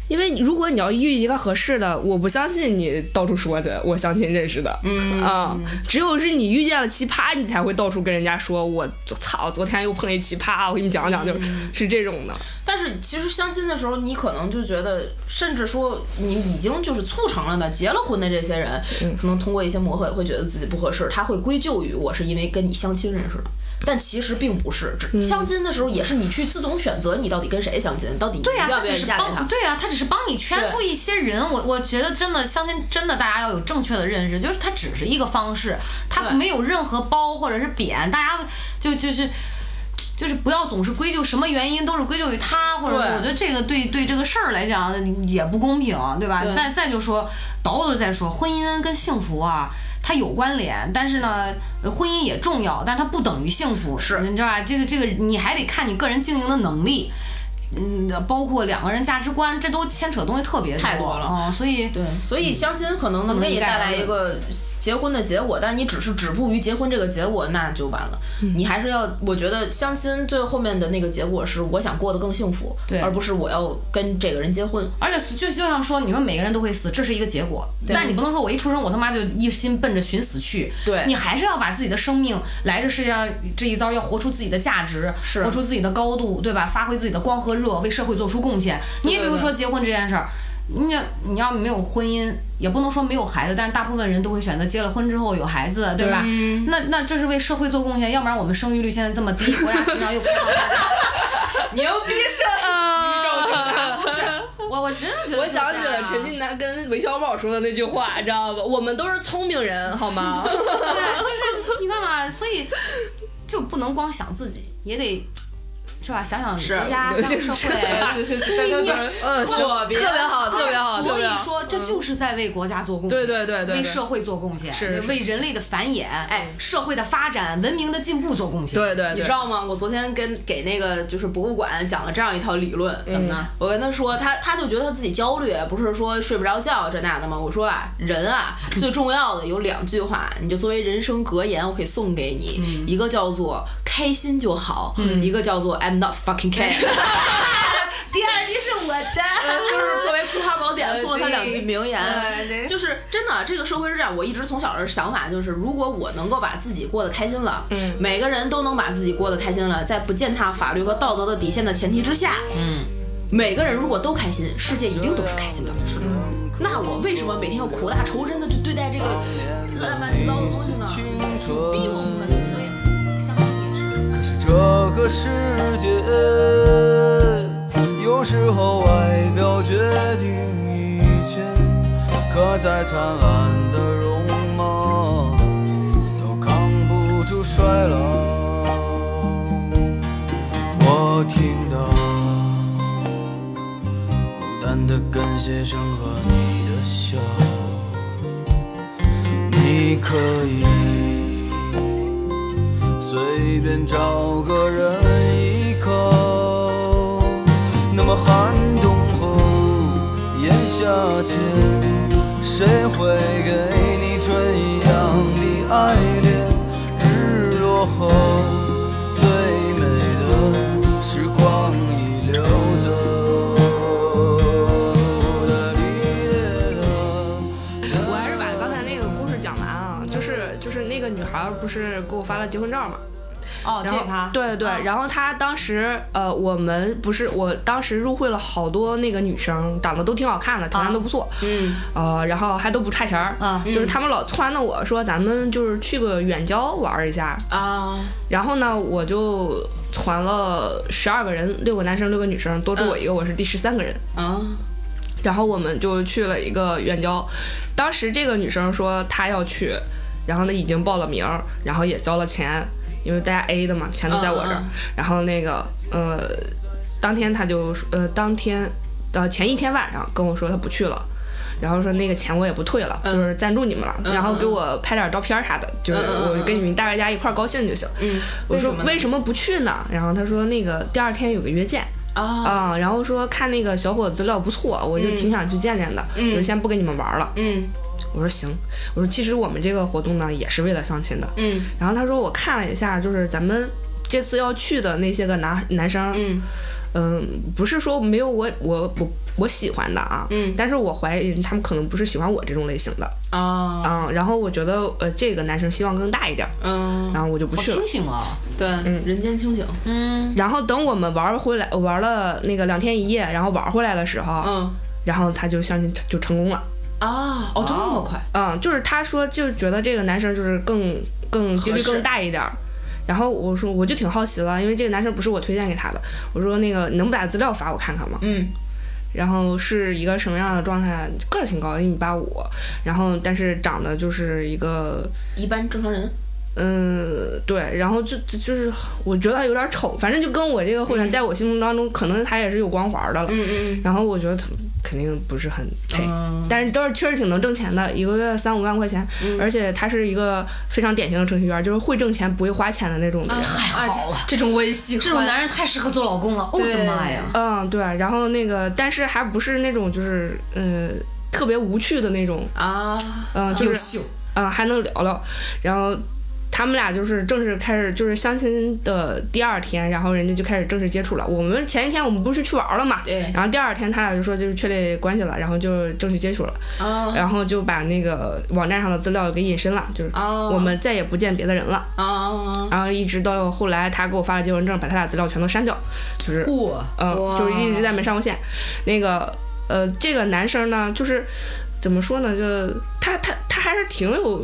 因为如果你要遇一个合适的，我不相信你到处说去，我相亲认识的，嗯啊，只有是你遇见了奇葩，你才会到处跟人家说，我操，昨天又碰一奇葩，我给你讲讲，就是、是这种的，但是其实相亲的时候，你可能就觉得，甚至说你已经就是促成了的结了婚的这些嗯人，可能通过一些磨合，也会觉得自己不合适，他会归咎于我是因为跟你相亲认识的。但其实并不是，嗯只相亲的时候也是你去自动选择你到底跟谁相亲，到底对呀、啊你愿他不只愿意是嫁给他帮，。对呀、他只是帮你圈对出一些人。我我觉得真的相亲，真的大家要有正确的认识，就是它只是一个方式，它对没有任何褒或者是贬，大家就就是。就是不要总是归咎什么原因都是归咎于他，或者对是我觉得这个对对这个事儿来讲也不公平，对吧？对再再就说倒着再说，婚姻跟幸福啊，它有关联，但是呢，呃婚姻也重要，但是它不等于幸福，是你知道吧？这个这个你还得看你个人经营的能力，嗯，包括两个人价值观，这都牵扯东西特别太多了哦，所以对，所以相亲可能不能能给一你概带而来一论个结婚的结果，但你只是止步于结婚这个结果，那就完了。嗯你还是要，我觉得相亲最后面的那个结果是，我想过得更幸福，对而不是我要跟这个人结婚。而且就就像说，你说每个人都会死，这是一个结果，但你不能说我一出生我他妈就一心奔着寻死去，对你还是要把自己的生命来这世界上这一遭要活出自己的价值，是活出自己的高度，对吧？发挥自己的光和热，为社会做出贡献。你也比对如对说结婚这件事儿。你要你要没有婚姻，也不能说没有孩子，但是大部分人都会选择结了婚之后有孩子，对吧？那那这是为社会做贡献，要不然我们生育率现在这么低，国家平 常又不开放生育。牛逼是，我我真的觉得啊 我就是这样啊，想起了陈近南跟韦小宝说的那句话，你知道吧？我们都是聪明人，好吗？对，就是你干嘛？所以就不能光想自己，也得是啊吧？想想国家，想想社 会。是是，嗯，特别好，特别好，特所以别好。嗯说，这就是在为国家做贡献，对对对对对为社会做贡献，是是为人类的繁衍，哎，社会的发展、文明的进步做贡献。对对你知对，道吗？我昨天跟给那个就是博物馆讲了这样一套理论，怎么呢？嗯我跟他说，他他就觉得他自己焦虑，不是说睡不着觉这那的吗？我说啊，人 啊，最重要的有两句话，你就作为人生格言，我可以送给你，嗯一个叫做开心就好，一个叫做 I'm not fucking care。第二句是我的，呃就是作为《葵花宝典》送了他两句名言，就是真的，这个社会是这样。我一直从小的想法就是，如果我能够把自己过得开心了，嗯，每个人都能把自己过得开心了，在不践踏法律和道德的底线的前提之下，嗯，每个人如果都开心，世界一定都是开心的。是的。那我为什么每天要苦大仇深的去对待这个乱七八糟的东西呢？有逼我们的，所以相信也是。可是这个世界，有时候外表决定一切，可再灿烂的容貌，都扛不住衰老。我听到孤单的跟鞋声和你的笑，你可以。随便找个人依靠。那么寒冬后，炎夏间，谁会给你春一样的爱恋？日落后，最美的时光已流走。哒哩哒哒我还是把刚才那个故事讲完啊，就是就是那个女孩儿不是给我发了结婚照嘛，哦，这然后趴对对，然后她当时呃，我们不是我当时入会了好多那个女生，长得都挺好看的，条件都不错，嗯，呃，然后还都不差钱儿，啊就是他们老撺掇我说咱们就是去个远郊玩儿一下，啊，然后呢，我就传了十二个人，六个男生，六个女生，多出我一个，我是第十三个人啊。然后我们就去了一个远郊，当时这个女生说她要去，然后呢已经报了名儿，然后也交了钱，因为大家 A 的嘛，钱都在我这儿。嗯然后那个呃，当天她就说呃当天呃前一天晚上跟我说她不去了。然后说那个钱我也不退了，就是赞助你们了，然后给我拍点照片儿啥的，就是我跟你们大家一块儿高兴就行。嗯，我说为什么不去呢？然后他说那个第二天有个约见，啊、然后说看那个小伙子料不错，我就挺想去见见的，我就先不跟你们玩了。嗯，我说行，我说其实我们这个活动呢也是为了相亲的。嗯，然后他说我看了一下，就是咱们这次要去的那些个男男生，嗯不是说没有我我我我喜欢的啊，嗯，但是我怀疑他们可能不是喜欢我这种类型的，啊，嗯，然后我觉得呃这个男生希望更大一点，嗯，然后我就不好去了清。醒啊！对，嗯人间清醒，然后等我们玩回来，玩了那个两天一夜，然后玩回来的时候，嗯然后他就相信他就成功了。啊，哦，这么快，嗯，就是他说就觉得这个男生就是更更几率合适更大一点儿。然后我说我就挺好奇了，因为这个男生不是我推荐给他的，我说那个能不把资料发我看看吗？嗯，然后是一个什么样的状态？个儿挺高的，一米八五，然后但是长得就是一个一般正常人。嗯，对，然后就就就是我觉得他有点丑，反正就跟我这个会员在我心目当中，可能他也是有光环的了。嗯嗯然后我觉得他肯定不是很配，嗯。但是倒是确实挺能挣钱的，一个月三五万块钱，而且他是一个非常典型的程序员，就是会挣钱不会花钱的那种的人。啊太好了，这种我也喜欢。这种男人太适合做老公了，哦我的对妈呀！嗯，对，然后那个，但是还不是那种就是呃特别无趣的那种，啊，嗯、就优是秀，嗯、还能聊聊，然后。他们俩就是正式开始就是相亲的第二天，然后人家就开始正式接触了。我们前一天我们不是去玩了嘛，对然后第二天他俩就说就是确立关系了，然后就正式接触了，啊然后就把那个网站上的资料给隐身了，就是啊我们再也不见别的人了。啊，然后一直到后来他给我发了结婚证，把他俩资料全都删掉，就是哇，嗯，就是一直在没上过线。那个呃，这个男生呢，就是怎么说呢，就他他他还是挺有，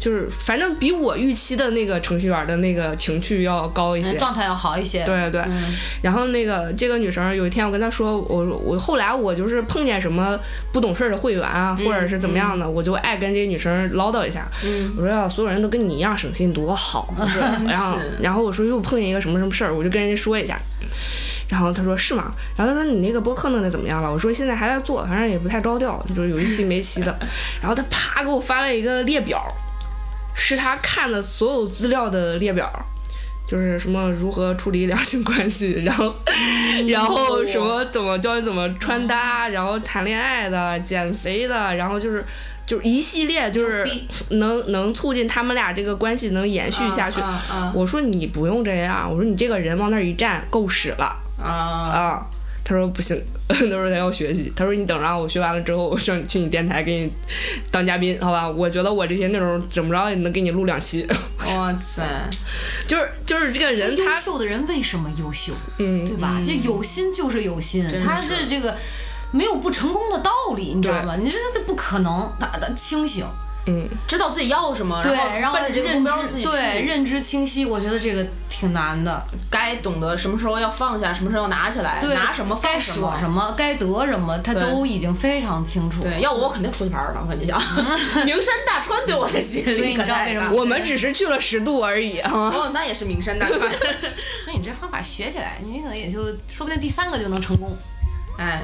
就是反正比我预期的那个程序员的那个情趣要高一些。状态要好一些。对对对，然后那个这个女生有一天我跟她说，我我后来我就是碰见什么不懂事儿的会员啊，或者是怎么样的，我就爱跟这些女生唠叨一下。我说要所有人都跟你一样省心多好。然后然后我说又碰见一个什么什么事儿，我就跟人家说一下。然后她说是吗？然后她说你那个播客弄得怎么样了？我说现在还在做，反正也不太高调，就是有一期没期的。然后她啪给我发了一个列表，是她看的所有资料的列表。就是什么如何处理两性关系， 然后，然后什么怎么教你怎么穿搭，然后谈恋爱的、减肥的，然后就是就是一系列就是能能促进他们俩这个关系能延续下去。我说你不用这样，我说你这个人往那儿一站够使了啊他说不行， 他说他要学习。他说你等着啊，我学完了之后，我上去你电台给你当嘉宾，好吧？我觉得我这些内容怎么着也能给你录两期。 哇塞，就是就是这个人优他秀的人为什么优秀？嗯对吧？这有心就是有心，他这这个没有不成功的道理，你知道吗？你这这不可能，他他清醒，知道自己要什么，对，然然后后奔着这个认目标自己知去对认知清晰，我觉得这个挺难的。该懂得什么时候要放下，什么时候要拿起来，对，哎拿什么该放什舍么。什么，该得什么，他对都已经非常清楚。对，要我我肯定出去玩儿了，我跟你 讲，名山大川对我的吸引所以力你可啊知道为太什么大。我们只是去了十度而 已啊。哦，那也是名山大川。所以你这方法学起来，你可能也就说不定第三个就能成功。 哎，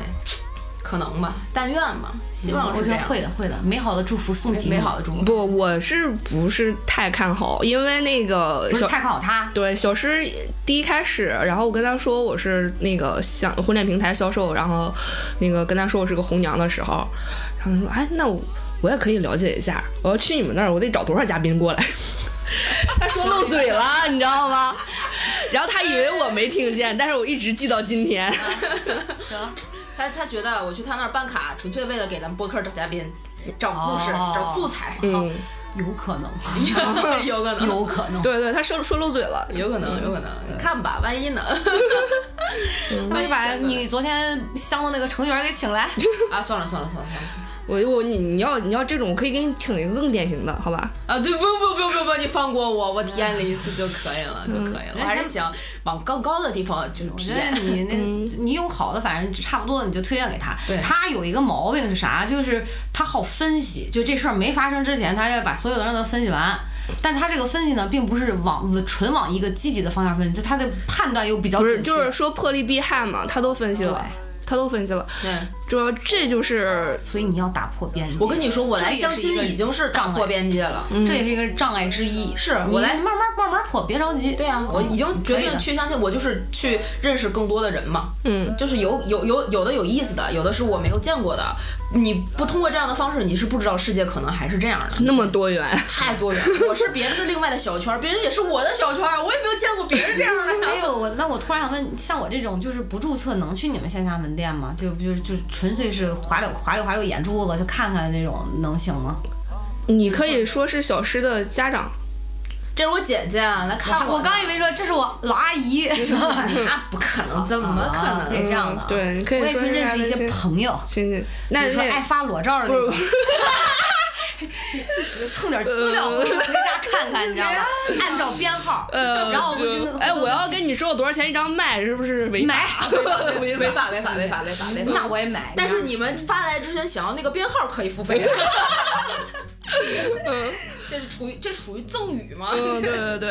可能吧，但愿吧，希望我是觉这得样。会的，会的。美好的祝福送给美好的祝福，不，我是不是太看好？因为那个不是小太看好他。对小诗第一开始，然后我跟他说我是那个想婚恋平台销售，然后那个跟他说我是个红娘的时候，然后他说哎，那我我也可以了解一下，我要去你们那儿，我得找多少嘉宾过来。 他说漏嘴了，你知道吗？然后他以为我没听见，但是我一直记到今天。他他觉得我去他那儿办卡，纯粹为了给咱们播客找嘉宾、找故事、哦找素材，嗯，有可能， 有可 能，有可能。 对对，他说说漏嘴了。有可能，有可能，看吧，万一呢？那就把你昨天香的那个程序员给请来。 啊，算了算了算了算了我我你你要你要这种，我可以给你请一个更典型的，好吧？啊，对，不用不用不用不用不用，你放过我，我体验了一次就可以了，就可以了。我还是想往更高的地方就是我体觉验。得你那，你有好的，反正差不多的你就推荐给他对。他有一个毛病是啥？就是他好分析，就这事儿没发生之前，他要把所有的人都分析完。但是他这个分析呢，并不是往呃纯往一个积极的方向分析，就他的判断又比较不准是，确。就是说破例避害嘛，他都分析了，他都分析了。对，主要这就是所以你要打破边界。我跟你说，我来这也相是一个亲已经是打破边界了。嗯这也是一个障碍之一。是你我来慢慢慢慢破，别着急。对啊，我已经决哦可以定的去相亲，我就是去认识更多的人嘛。嗯，就是有有有有的有意思的，有的是我没有见过的。你不通过这样的方式，你是不知道世界可能还是这样的。那么多元，太多元， 我是别人的另外的小圈儿，别人也是我的小圈儿，我也没有见过别人这样的 还呀。 有我，那我突然想问，像我这种就是不注册能去你们线下门店吗？就就就纯粹是滑溜滑溜滑溜眼珠子就看看那种能行吗？你可嗯以说是小诗的家长，这是我姐姐啊，来看 我呢刚以为说这是我老阿 姨，那哎不可能，怎么可啊可以能？这样的啊。嗯对你可 以我也说去是认识一些她的亲朋友，亲戚。比那如说爱那发裸照的那不种，蹭点资料回家看看看，你知道 吗？按照编号，呃，然后我会跟那个哎，我要跟你说我多少钱一张卖，是不是违法？违 法违法违法违法违法违嗯那嗯法。我也买，但是你们发来之前想要那个编号可以付费。 嗯这是属于这属于赠与吗？嗯，对对对，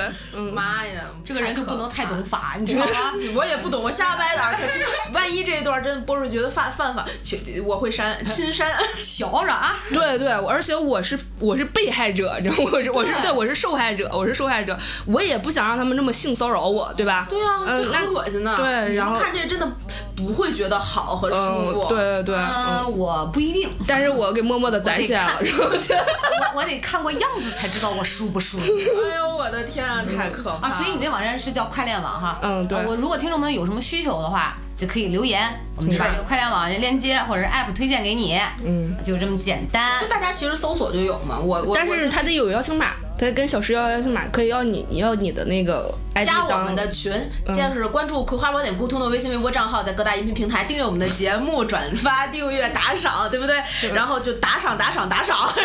嗯，妈呀，这个人就不能太懂法，你知道太吗？可怕了。 我也不懂，我瞎掰的啊。可是万一这一段真的播出去觉得犯犯法，请我会删，亲删。 小着啊，对对，而且我是我是被害者，你知道吗？我是我是对我是受害者，我是受害者，我也不想让他们这么性骚扰我，对吧？ 对啊，嗯这，那很恶心的。对你然后看这真的不会觉得好和舒嗯，服。对对对，嗯，嗯，我不一定，但是我给默默的攒起来了，然后就我我得看过样子才知道我舒不舒服。哎呦我的天啊，太可怕啊，了！所以你那网站是叫快链网哈？嗯对啊我如果听众朋友有什么需求的话，就可以留言，我们就把这个快链网这链接或者是 app 推荐给你。嗯，就这么简单就。大家其实搜索就有嘛。我我 但我是他得有邀请码，他跟小石要邀请码，可以要你你要你的那个 ID 加我当们的群，就是关注《葵花宝典》沟通的微信、微博账号，在各大音频平台订阅我们的节目、转发、订阅、打赏，对不对？然后就打赏、打赏、打赏。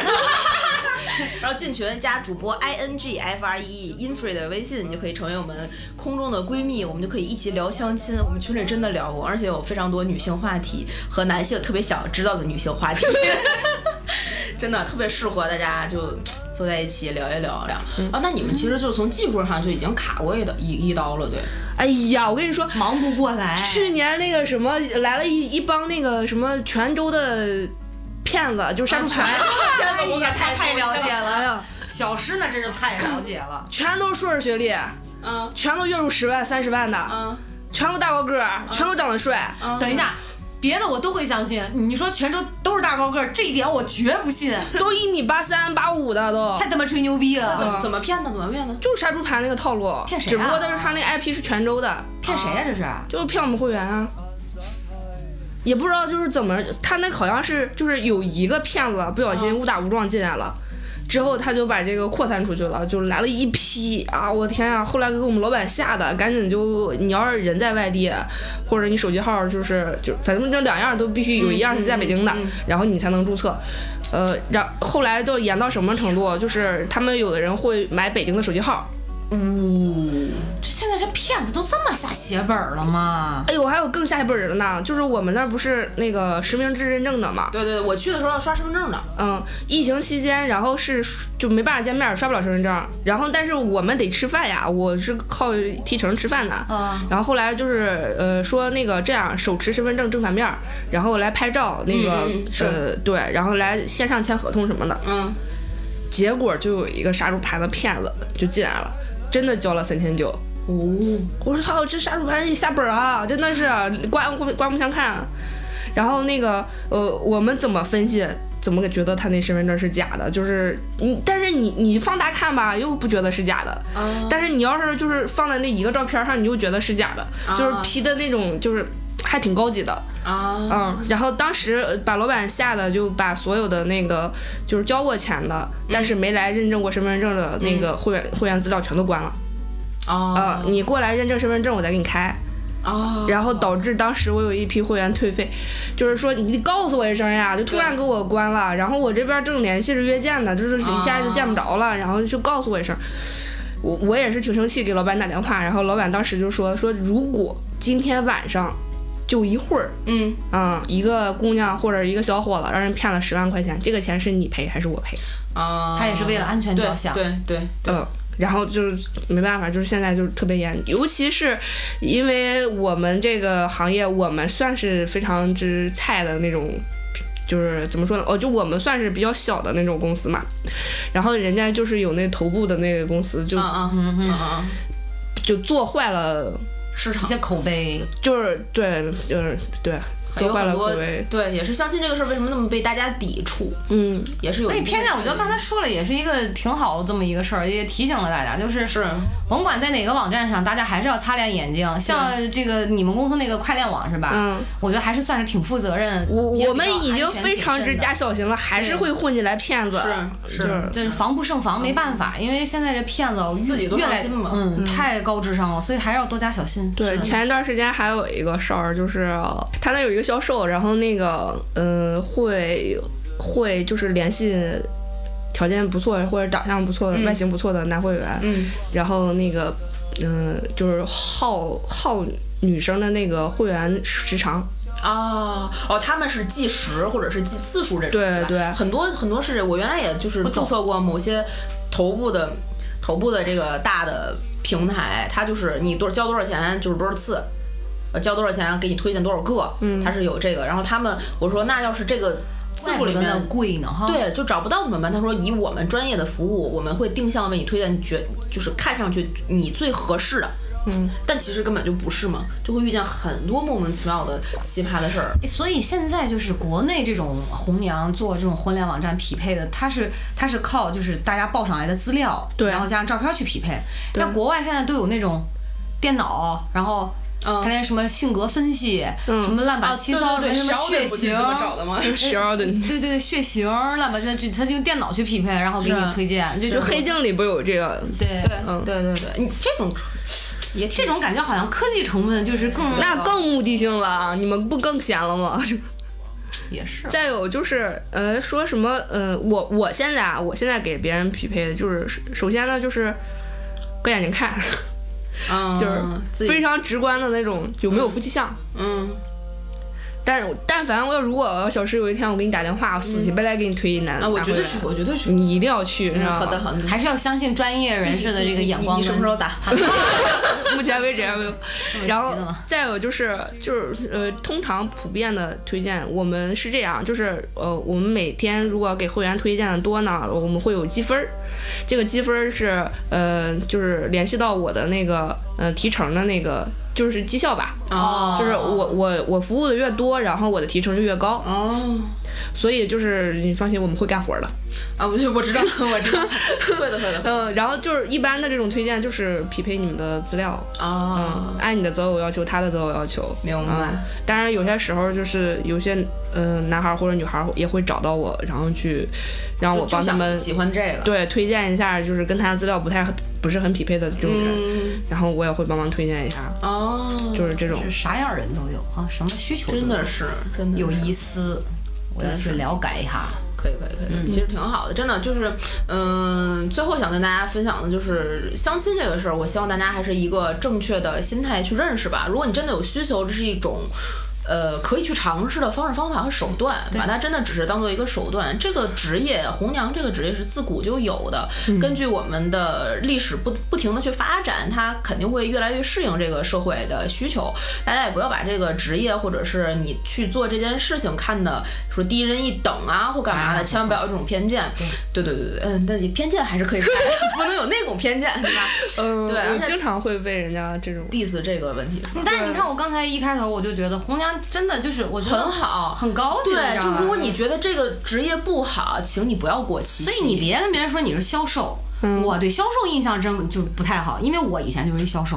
然后进群加主播 i n g f r e e infree 的微信，你就可以成为我们空中的闺蜜，我们就可以一起聊相亲。我们群里真的聊过，而且有非常多女性话题和男性特别想知道的女性话题。 真的特别适合大家就坐在一起聊一聊聊、嗯啊。那你们其实就从技术上就已经卡过一刀一一刀了，对？哎呀，我跟你说，忙不过来，去年那个什么来了一一帮那个什么泉州的骗子，就是杀啊猪盘，天呐，哎呀，太太了解哎了。呀，小诗呢，真是太了解了。全都是硕士学历，嗯全都月入十万、三十万的，嗯，全都大高个儿，全都长得帅，等一下，别的我都会相信，你说泉州都是大高个儿，这一点我绝不信，都一米八三、八五的都，嗯 太他妈吹牛逼怎了！么怎么骗的？怎么骗的？就是杀猪盘那个套路，骗谁啊只不过但是他那个 IP 是泉州的，骗谁啊呀、这是？就是骗我们会员啊。也不知道就是怎么，他那好像是就是有一个骗子不小心误打误撞进来了，之后他就把这个扩散出去了，就来了一批啊！我天啊！后来给我们老板吓得，赶紧就你要是人在外地，或者你手机号就是就反正这两样都必须有一样是在北京的，然后你才能注册。呃，然后来就严到什么程度？就是他们有的人会买北京的手机号，这现在这骗子都这么下血本儿了吗？哎呦，还有更下一辈儿人呢，就是我们那儿不是那个实名制认证的嘛，对对，对我去的时候要刷身份证的。嗯，疫情期间，然后是就没办法见面，刷不了身份证，然后但是我们得吃饭呀，我是靠提成吃饭的，哦啊，然后后来就是呃说那个这样手持身份证正反面，然后来拍照那个、嗯嗯是呃对，然后来线上签合同什么的，嗯，结果就有一个杀猪盘的骗子就进来了，真的交了三千九。我说操，这杀猪盘也下本儿啊，真的是刮刮刮目相看。啊然后那个呃，我们怎么分析？怎么觉得他那身份证是假的？就是你，但是你你放大看吧，又不觉得是假的。但是你要是就是放在那一个照片上，你就觉得是假的，就是啊 P 的那种，就是还挺高级的。啊，嗯，然后当时呃把老板吓得就把所有的那个就是交过钱的，但是没来认证过身份证的那个会员、会员资料全都关了。哦啊、你过来认证身份证，我再给你开。啊哦，然后导致当时我有一批会员退费，就是说你得告诉我一声呀，就突然给我关了，然后我这边正联系着约见呢，就是一下就见不着了，然后就告诉我一声。我我也是挺生气，给老板打电话，然后老板当时就说说如果今天晚上就一会儿，嗯嗯，一个姑娘或者一个小伙子让人骗了十万块钱，这个钱是你赔还是我赔？啊，他也是为了安全对着想。对对对，嗯，然后就是没办法，就是现在就是特别严，尤其是因为我们这个行业，我们算是非常之菜的那种，就是怎么说呢？哦，就我们算是比较小的那种公司嘛。然后人家就是有那头部的那个公司就，啊啊嗯嗯啊，就做坏了，市场一些口碑，就是对，就是对，做有坏很了多口碑。对，也是相亲这个事儿为什么那么被大家抵触，嗯，也是有所以一部偏分见，我觉得刚才说了也是一个挺好的这么一个事儿，也提醒了大家，就是是甭管在哪个网站上，大家还是要擦亮眼睛。像这个你们公司那个快链网是吧？嗯，我觉得还是算是挺负责任。我也比较我们已经安全非常之谨慎的加小心了，还是会混进来骗子。啊是就是是就是防不胜防，没办法，因为现在这骗子自己都越上来心嘛嗯太高智商了，所以还是要多加小心。对，前一段时间还有一个事儿，就是呃他那有一个销售，然后那个嗯、呃会会就是联系条件不错或者长相不错的、外形不错的男会员，嗯，然后那个嗯、就是耗耗女生的那个会员时长，啊哦，他们是计时或者是计次数这种，对是吧对很多很多是我原来也就是注册过某些头部的头部的这个大的平台，它就是你多交多少钱就是多少次。呃交多少钱给你推荐多少个，嗯，它是有这个。然后他们我说那要是这个次数里面怪不得那贵呢哈。，对，就找不到怎么办？他说以我们专业的服务，我们会定向为你推荐，觉就是看上去你最合适的。嗯，但其实根本就不是嘛，就会遇见很多莫名其妙的奇葩的事儿。所以现在就是国内这种红娘做这种婚恋网站匹配的，它是它是靠就是大家报上来的资料，对然后加上照片去匹配。那国外现在都有那种电脑，然后。他连什么性格分析，什么乱嗯啊，八七糟，什么什么血型，的吗？十二的。对对对，血型乱八七糟，他就用电脑去匹配，然后给是你啊推荐，就就就黑镜里不有这个？嗯对对对对对，你这种也挺这种感觉好像科技成分就是更那更目的性了啊！你们不更闲了吗？ 也是再有就是，呃，说什么，呃，我我现在啊，我现在给别人匹配的就是，首先呢就是，搁眼睛看，嗯就是自非己常直观的那种有没有夫妻相。嗯但是但凡我如果呃小石有一天我给你打电话，我死乞白赖给你推一男，啊，我拿绝回对来去，我绝对去。你一定要去，你知嗯道吗？好的好的，还是要相信专业人士的这个眼光你跟。什么时 候打？ 目前为止还没有。然后急的吗再有就是就是呃，通常普遍的推荐，我们是这样，就是呃，我们每天如果给会员推荐的多呢，我们会有积分儿。这个积分儿是呃，就是联系到我的那个呃提成的那个。就是绩效吧，哦就是我我我服务的越多，然后我的提成就越高，哦所以就是你放心，我们会干活的。啊，我就我知道，我知道，会的会的嗯，然后就是一般的这种推荐就是匹配你们的资料，啊。嗯，按你的择偶要求，他的择偶要求，明白嗯当然，有些时候就是有些嗯、呃男孩或者女孩也会找到我，然后去让我就帮他想们喜欢这个，对推荐一下，就是跟他资料不太不是很匹配的这种人，嗯然后我也会帮忙推荐一下，哦，就是这种是啥样人都有哈，什么需求都真的是真的是有意思，我要去了解一下。可以可以可以，其实挺好的，真的就是，嗯、最后想跟大家分享的就是相亲这个事儿，我希望大家还是一个正确的心态去认识吧。如果你真的有需求，这是一种。呃，可以去尝试的方式、方法和手段，把它真的只是当做一个手段。这个职业，红娘这个职业是自古就有的，嗯根据我们的历史不不停的去发展，它肯定会越来越适应这个社会的需求。大家也不要把这个职业或者是你去做这件事情看的说低人一等啊或干嘛嗯的，千万不要有这种偏见。对对对对，嗯，但也偏见还是 可以看的，不能有那种偏见，对吧嗯，对而我且经常会被人家这种？diss 这个 问题但是你看，我刚才一开头我就觉得红娘真的就是我觉得很好，很高级，对，知道就吧如果你觉得这个职业不好，请你不嗯要过期。所以你别跟别人说你是销售。我对销售印象真就不太好，因为我以前就是一销 售，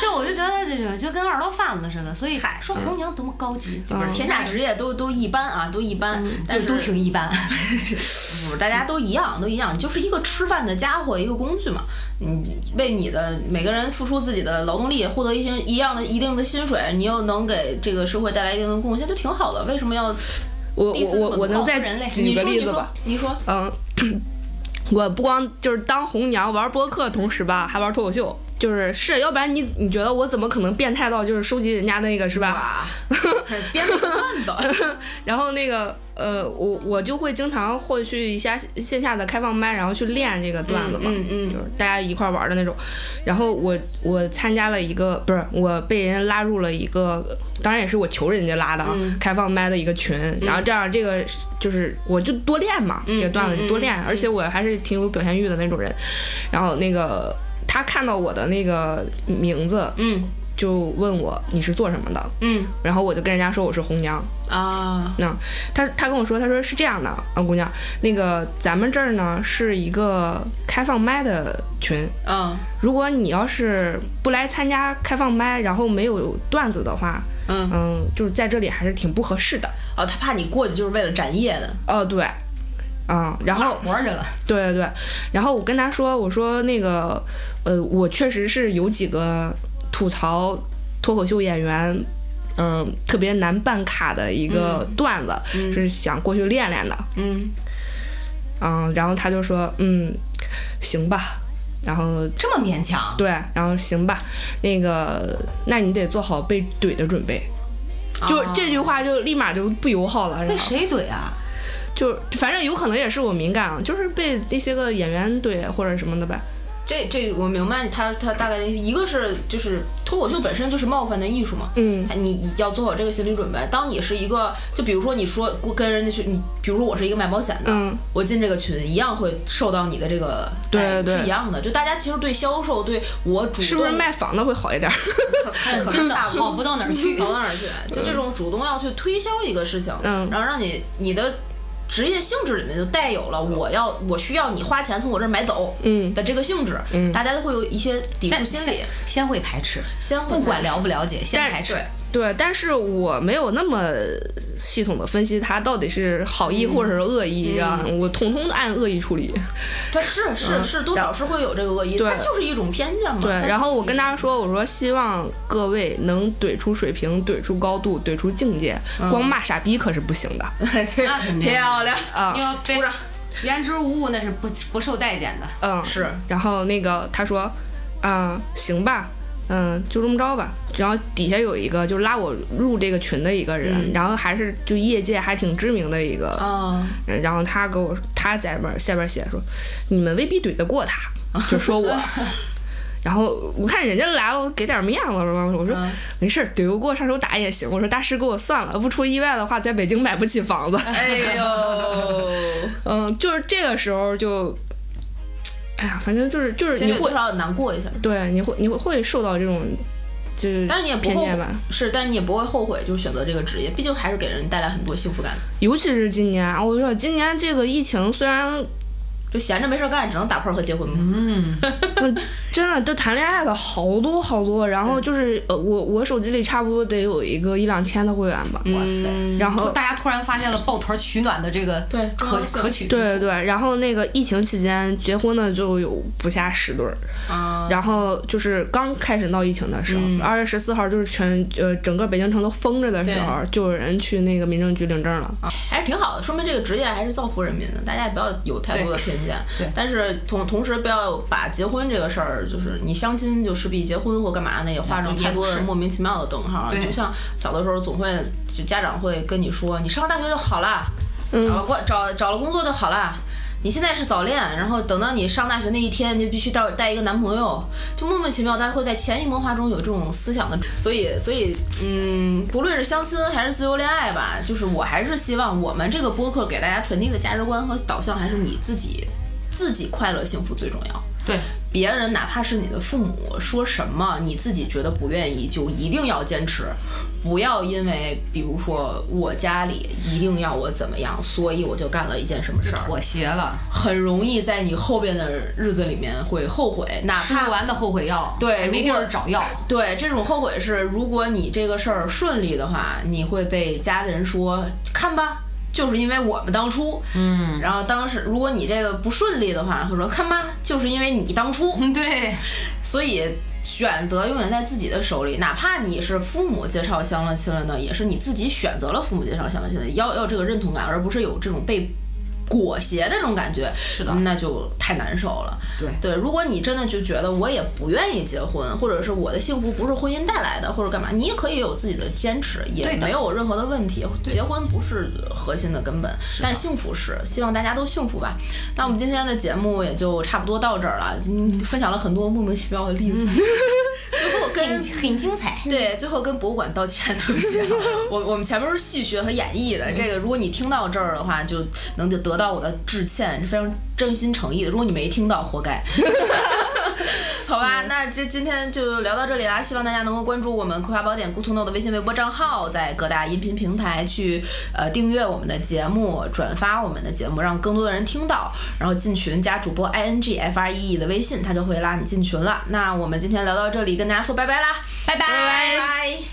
就我就觉得就是就跟二道贩子似的，所以说红娘多么高级，对不吧是天下职业都都一般啊，都一般，嗯但嗯就是都挺一般。不是大家都一样，都一样，你就是一个吃饭的家伙，一个工具嘛。你为你的每个人付出自己的劳动力，获得一些一样的一定的薪水，你又能给这个社会带来一定的贡献，就挺好的。为什么要我第我四我我能再人类？举你个说例子吧，？你 说，你说嗯， 我不光就是当红娘玩播客的同时吧，还玩脱口秀，就是是，要不然你你觉得我怎么可能变态到就是收集人家那个是吧？哇，哎编个段子， 然后那个呃，我我就会经常会去一下线下的开放麦，然后去练这个段子嘛，嗯嗯嗯就是大家一块儿玩的那种。然后我我参加了一个，不是我被人拉入了一个，当然也是我求人家拉的啊，嗯开放麦的一个群。然后这样这个就是我就多练嘛，嗯这个段子就多练，而且我还是挺有表现欲的那种人。然后那个他看到我的那个名字，嗯就问我你是做什么的，嗯然后我就跟人家说我是红娘。啊，那嗯他他跟我说，他说是这样的啊，姑娘，那个咱们这儿呢是一个开放麦的群，嗯如果你要是不来参加开放麦，然后没有段子的话，嗯嗯，就是在这里还是挺不合适的。哦，他怕你过去就是为了展业的，哦，对，嗯，然后活着了，对对对，然后我跟他说，我说那个，呃，我确实是有几个吐槽脱口秀演员，嗯、特别嗯难办卡的一个段子，是想过去练练的。嗯，嗯，然后他就说，嗯，行吧，然后这么勉嗯强，对，然后行吧，那个，那你得做好被怼的准备。就、这句话就立马就不友好了，然后哦被谁怼啊？就反正有可能也是我敏感啊，就是被那些个演员怼或者什么的吧。这这我明白他他大概的意思，一个是就是脱口秀本身就是冒犯的艺术嘛，嗯他，你要做好这个心理准备。当你是一个，就比如说你说跟人家去，你比如说我是一个卖保险的，嗯我进这个群一样会受到你的这个对哎对是一样的。就大家其实对销售对我主动是不是卖房的会好一点？很很真的大好不到哪儿去好到哪儿去？就这种主动要去推销一个事情，嗯然后让你你的职业性质里面就带有了我要我需要你花钱从我这儿买走，嗯的这个性质，嗯大家都会有一些抵触先心理，先先会排斥，先会不管排斥了不了解，先但排斥对。对，但是我没有那么系统的分析它到底是好意或者是恶意，让、我统统按恶意处理。对，是嗯是是，多少是会有这个恶意，对它就是一种偏见嘛。对，它然后我跟大家说，我说希望各位能怼出水平，怼出高度，怼出境界，光骂傻逼可是不行的。那肯定漂亮，啊要被言之无物，那是不不受待见的。嗯，是然后那个他说，嗯，行吧，嗯，就这么着吧。然后底下有一个就拉我入这个群的一个人，嗯然后还是就业界还挺知名的一个，啊，然后他给我他在边下边写说，你们未必怼得过他，就 说我。然后我看人家来了，我给点面子是吧？我说、嗯没事儿，怼不过上手打也行。我说大师给我算了，不出意外的话，在北京买不起房子。哎呦， 嗯，就是这个时候就，哎呀，反正就是就是心里你会多少难过一下，对，你会你会会受到这种就是但是你也不偏后见吧，是，但是你也不会后悔，就选择这个职业，毕竟还是给人带来很多幸福感的。尤其是今年，我说今年这个疫情虽然就闲着没事儿干，只能打炮和结婚嘛。嗯真的都谈恋爱了好多好多，然后就是呃，我我手机里差不多得有一个一两千的会员吧，哇塞！嗯然然后后。大家突然发现了抱团取暖的这个对可重要性可取之对处对对，然后那个疫情期间结婚的就有不下十对儿，嗯啊，然后就是刚开始闹疫情的时嗯候，二、月十四号就是全呃整个北京城都封着的时候，就有人去那个民政局领证了。还是挺好的，说明这个职业还是造福人民的，大家也不要有太多的偏见。对对但是同同时不要把结婚这个事儿，就是你相亲就势必结婚或干嘛的，也画上嗯太也不多的是莫名其妙的等号。对就像小的时候总会就家长会跟你说，你上个大学就好啦，找了过找找了工作就好啦。你现在是早恋，然后等到你上大学那一天，你就必须带带一个男朋友，就莫名其妙，大家会在潜移默化中有这种思想的，所以，所以，嗯，不论是相亲还是自由恋爱吧，就是我还是希望我们这个播客给大家传递的价值观和导向，还是你自己自己快乐幸福最重要。对别人哪怕是你的父母说什么，你自己觉得不愿意，就一定要坚持，不要因为比如说我家里一定要我怎么样，所以我就干了一件什么事儿，妥协了，很容易在你后边的日子里面会后悔，哪吃怕不完的后悔药，对还没如地果儿找药。 对，这种后悔是，如果你这个事儿顺利的话，你会被家人说看吧，就是因为我们当初，嗯，然后当时如果你这个不顺利的话，会说看吧，就是因为你当初，嗯，对，所以选择永远在自己的手里，哪怕你是父母介绍相了亲了呢，也是你自己选择了父母介绍相了亲的，要要这个认同感，而不是有这种被。裹挟的这种感觉，是的那就太难受了。对对，如果你真的就觉得我也不愿意结婚，或者是我的幸福不是婚姻带来的，或者干嘛，你也可以有自己的坚持，也对的没有任何的问题。结婚不是核心的根本，但幸福是。希望大家都幸福吧。那我们今天的节目也就差不多到这儿了。嗯，分享了很多莫名其妙的例子，最后跟很很精彩。对，最后跟博物馆道歉，对不起啊，我我们前面是戏谑和演绎的，这个如果你听到这儿的话，就能得得到我的致歉，是非常真心诚意的。如果你没听到，活该。好吧，那这今天就聊到这里啦，希望大家能够关注我们《葵花宝典》Good to Know 的微信、微博账号，在各大音频平台去呃订阅我们的节目，转发我们的节目，让更多的人听到，然后进群加主播 i n g f r e e 的微信，他就会拉你进群了。那我们今天聊到这里，跟大家说拜拜啦，拜拜拜拜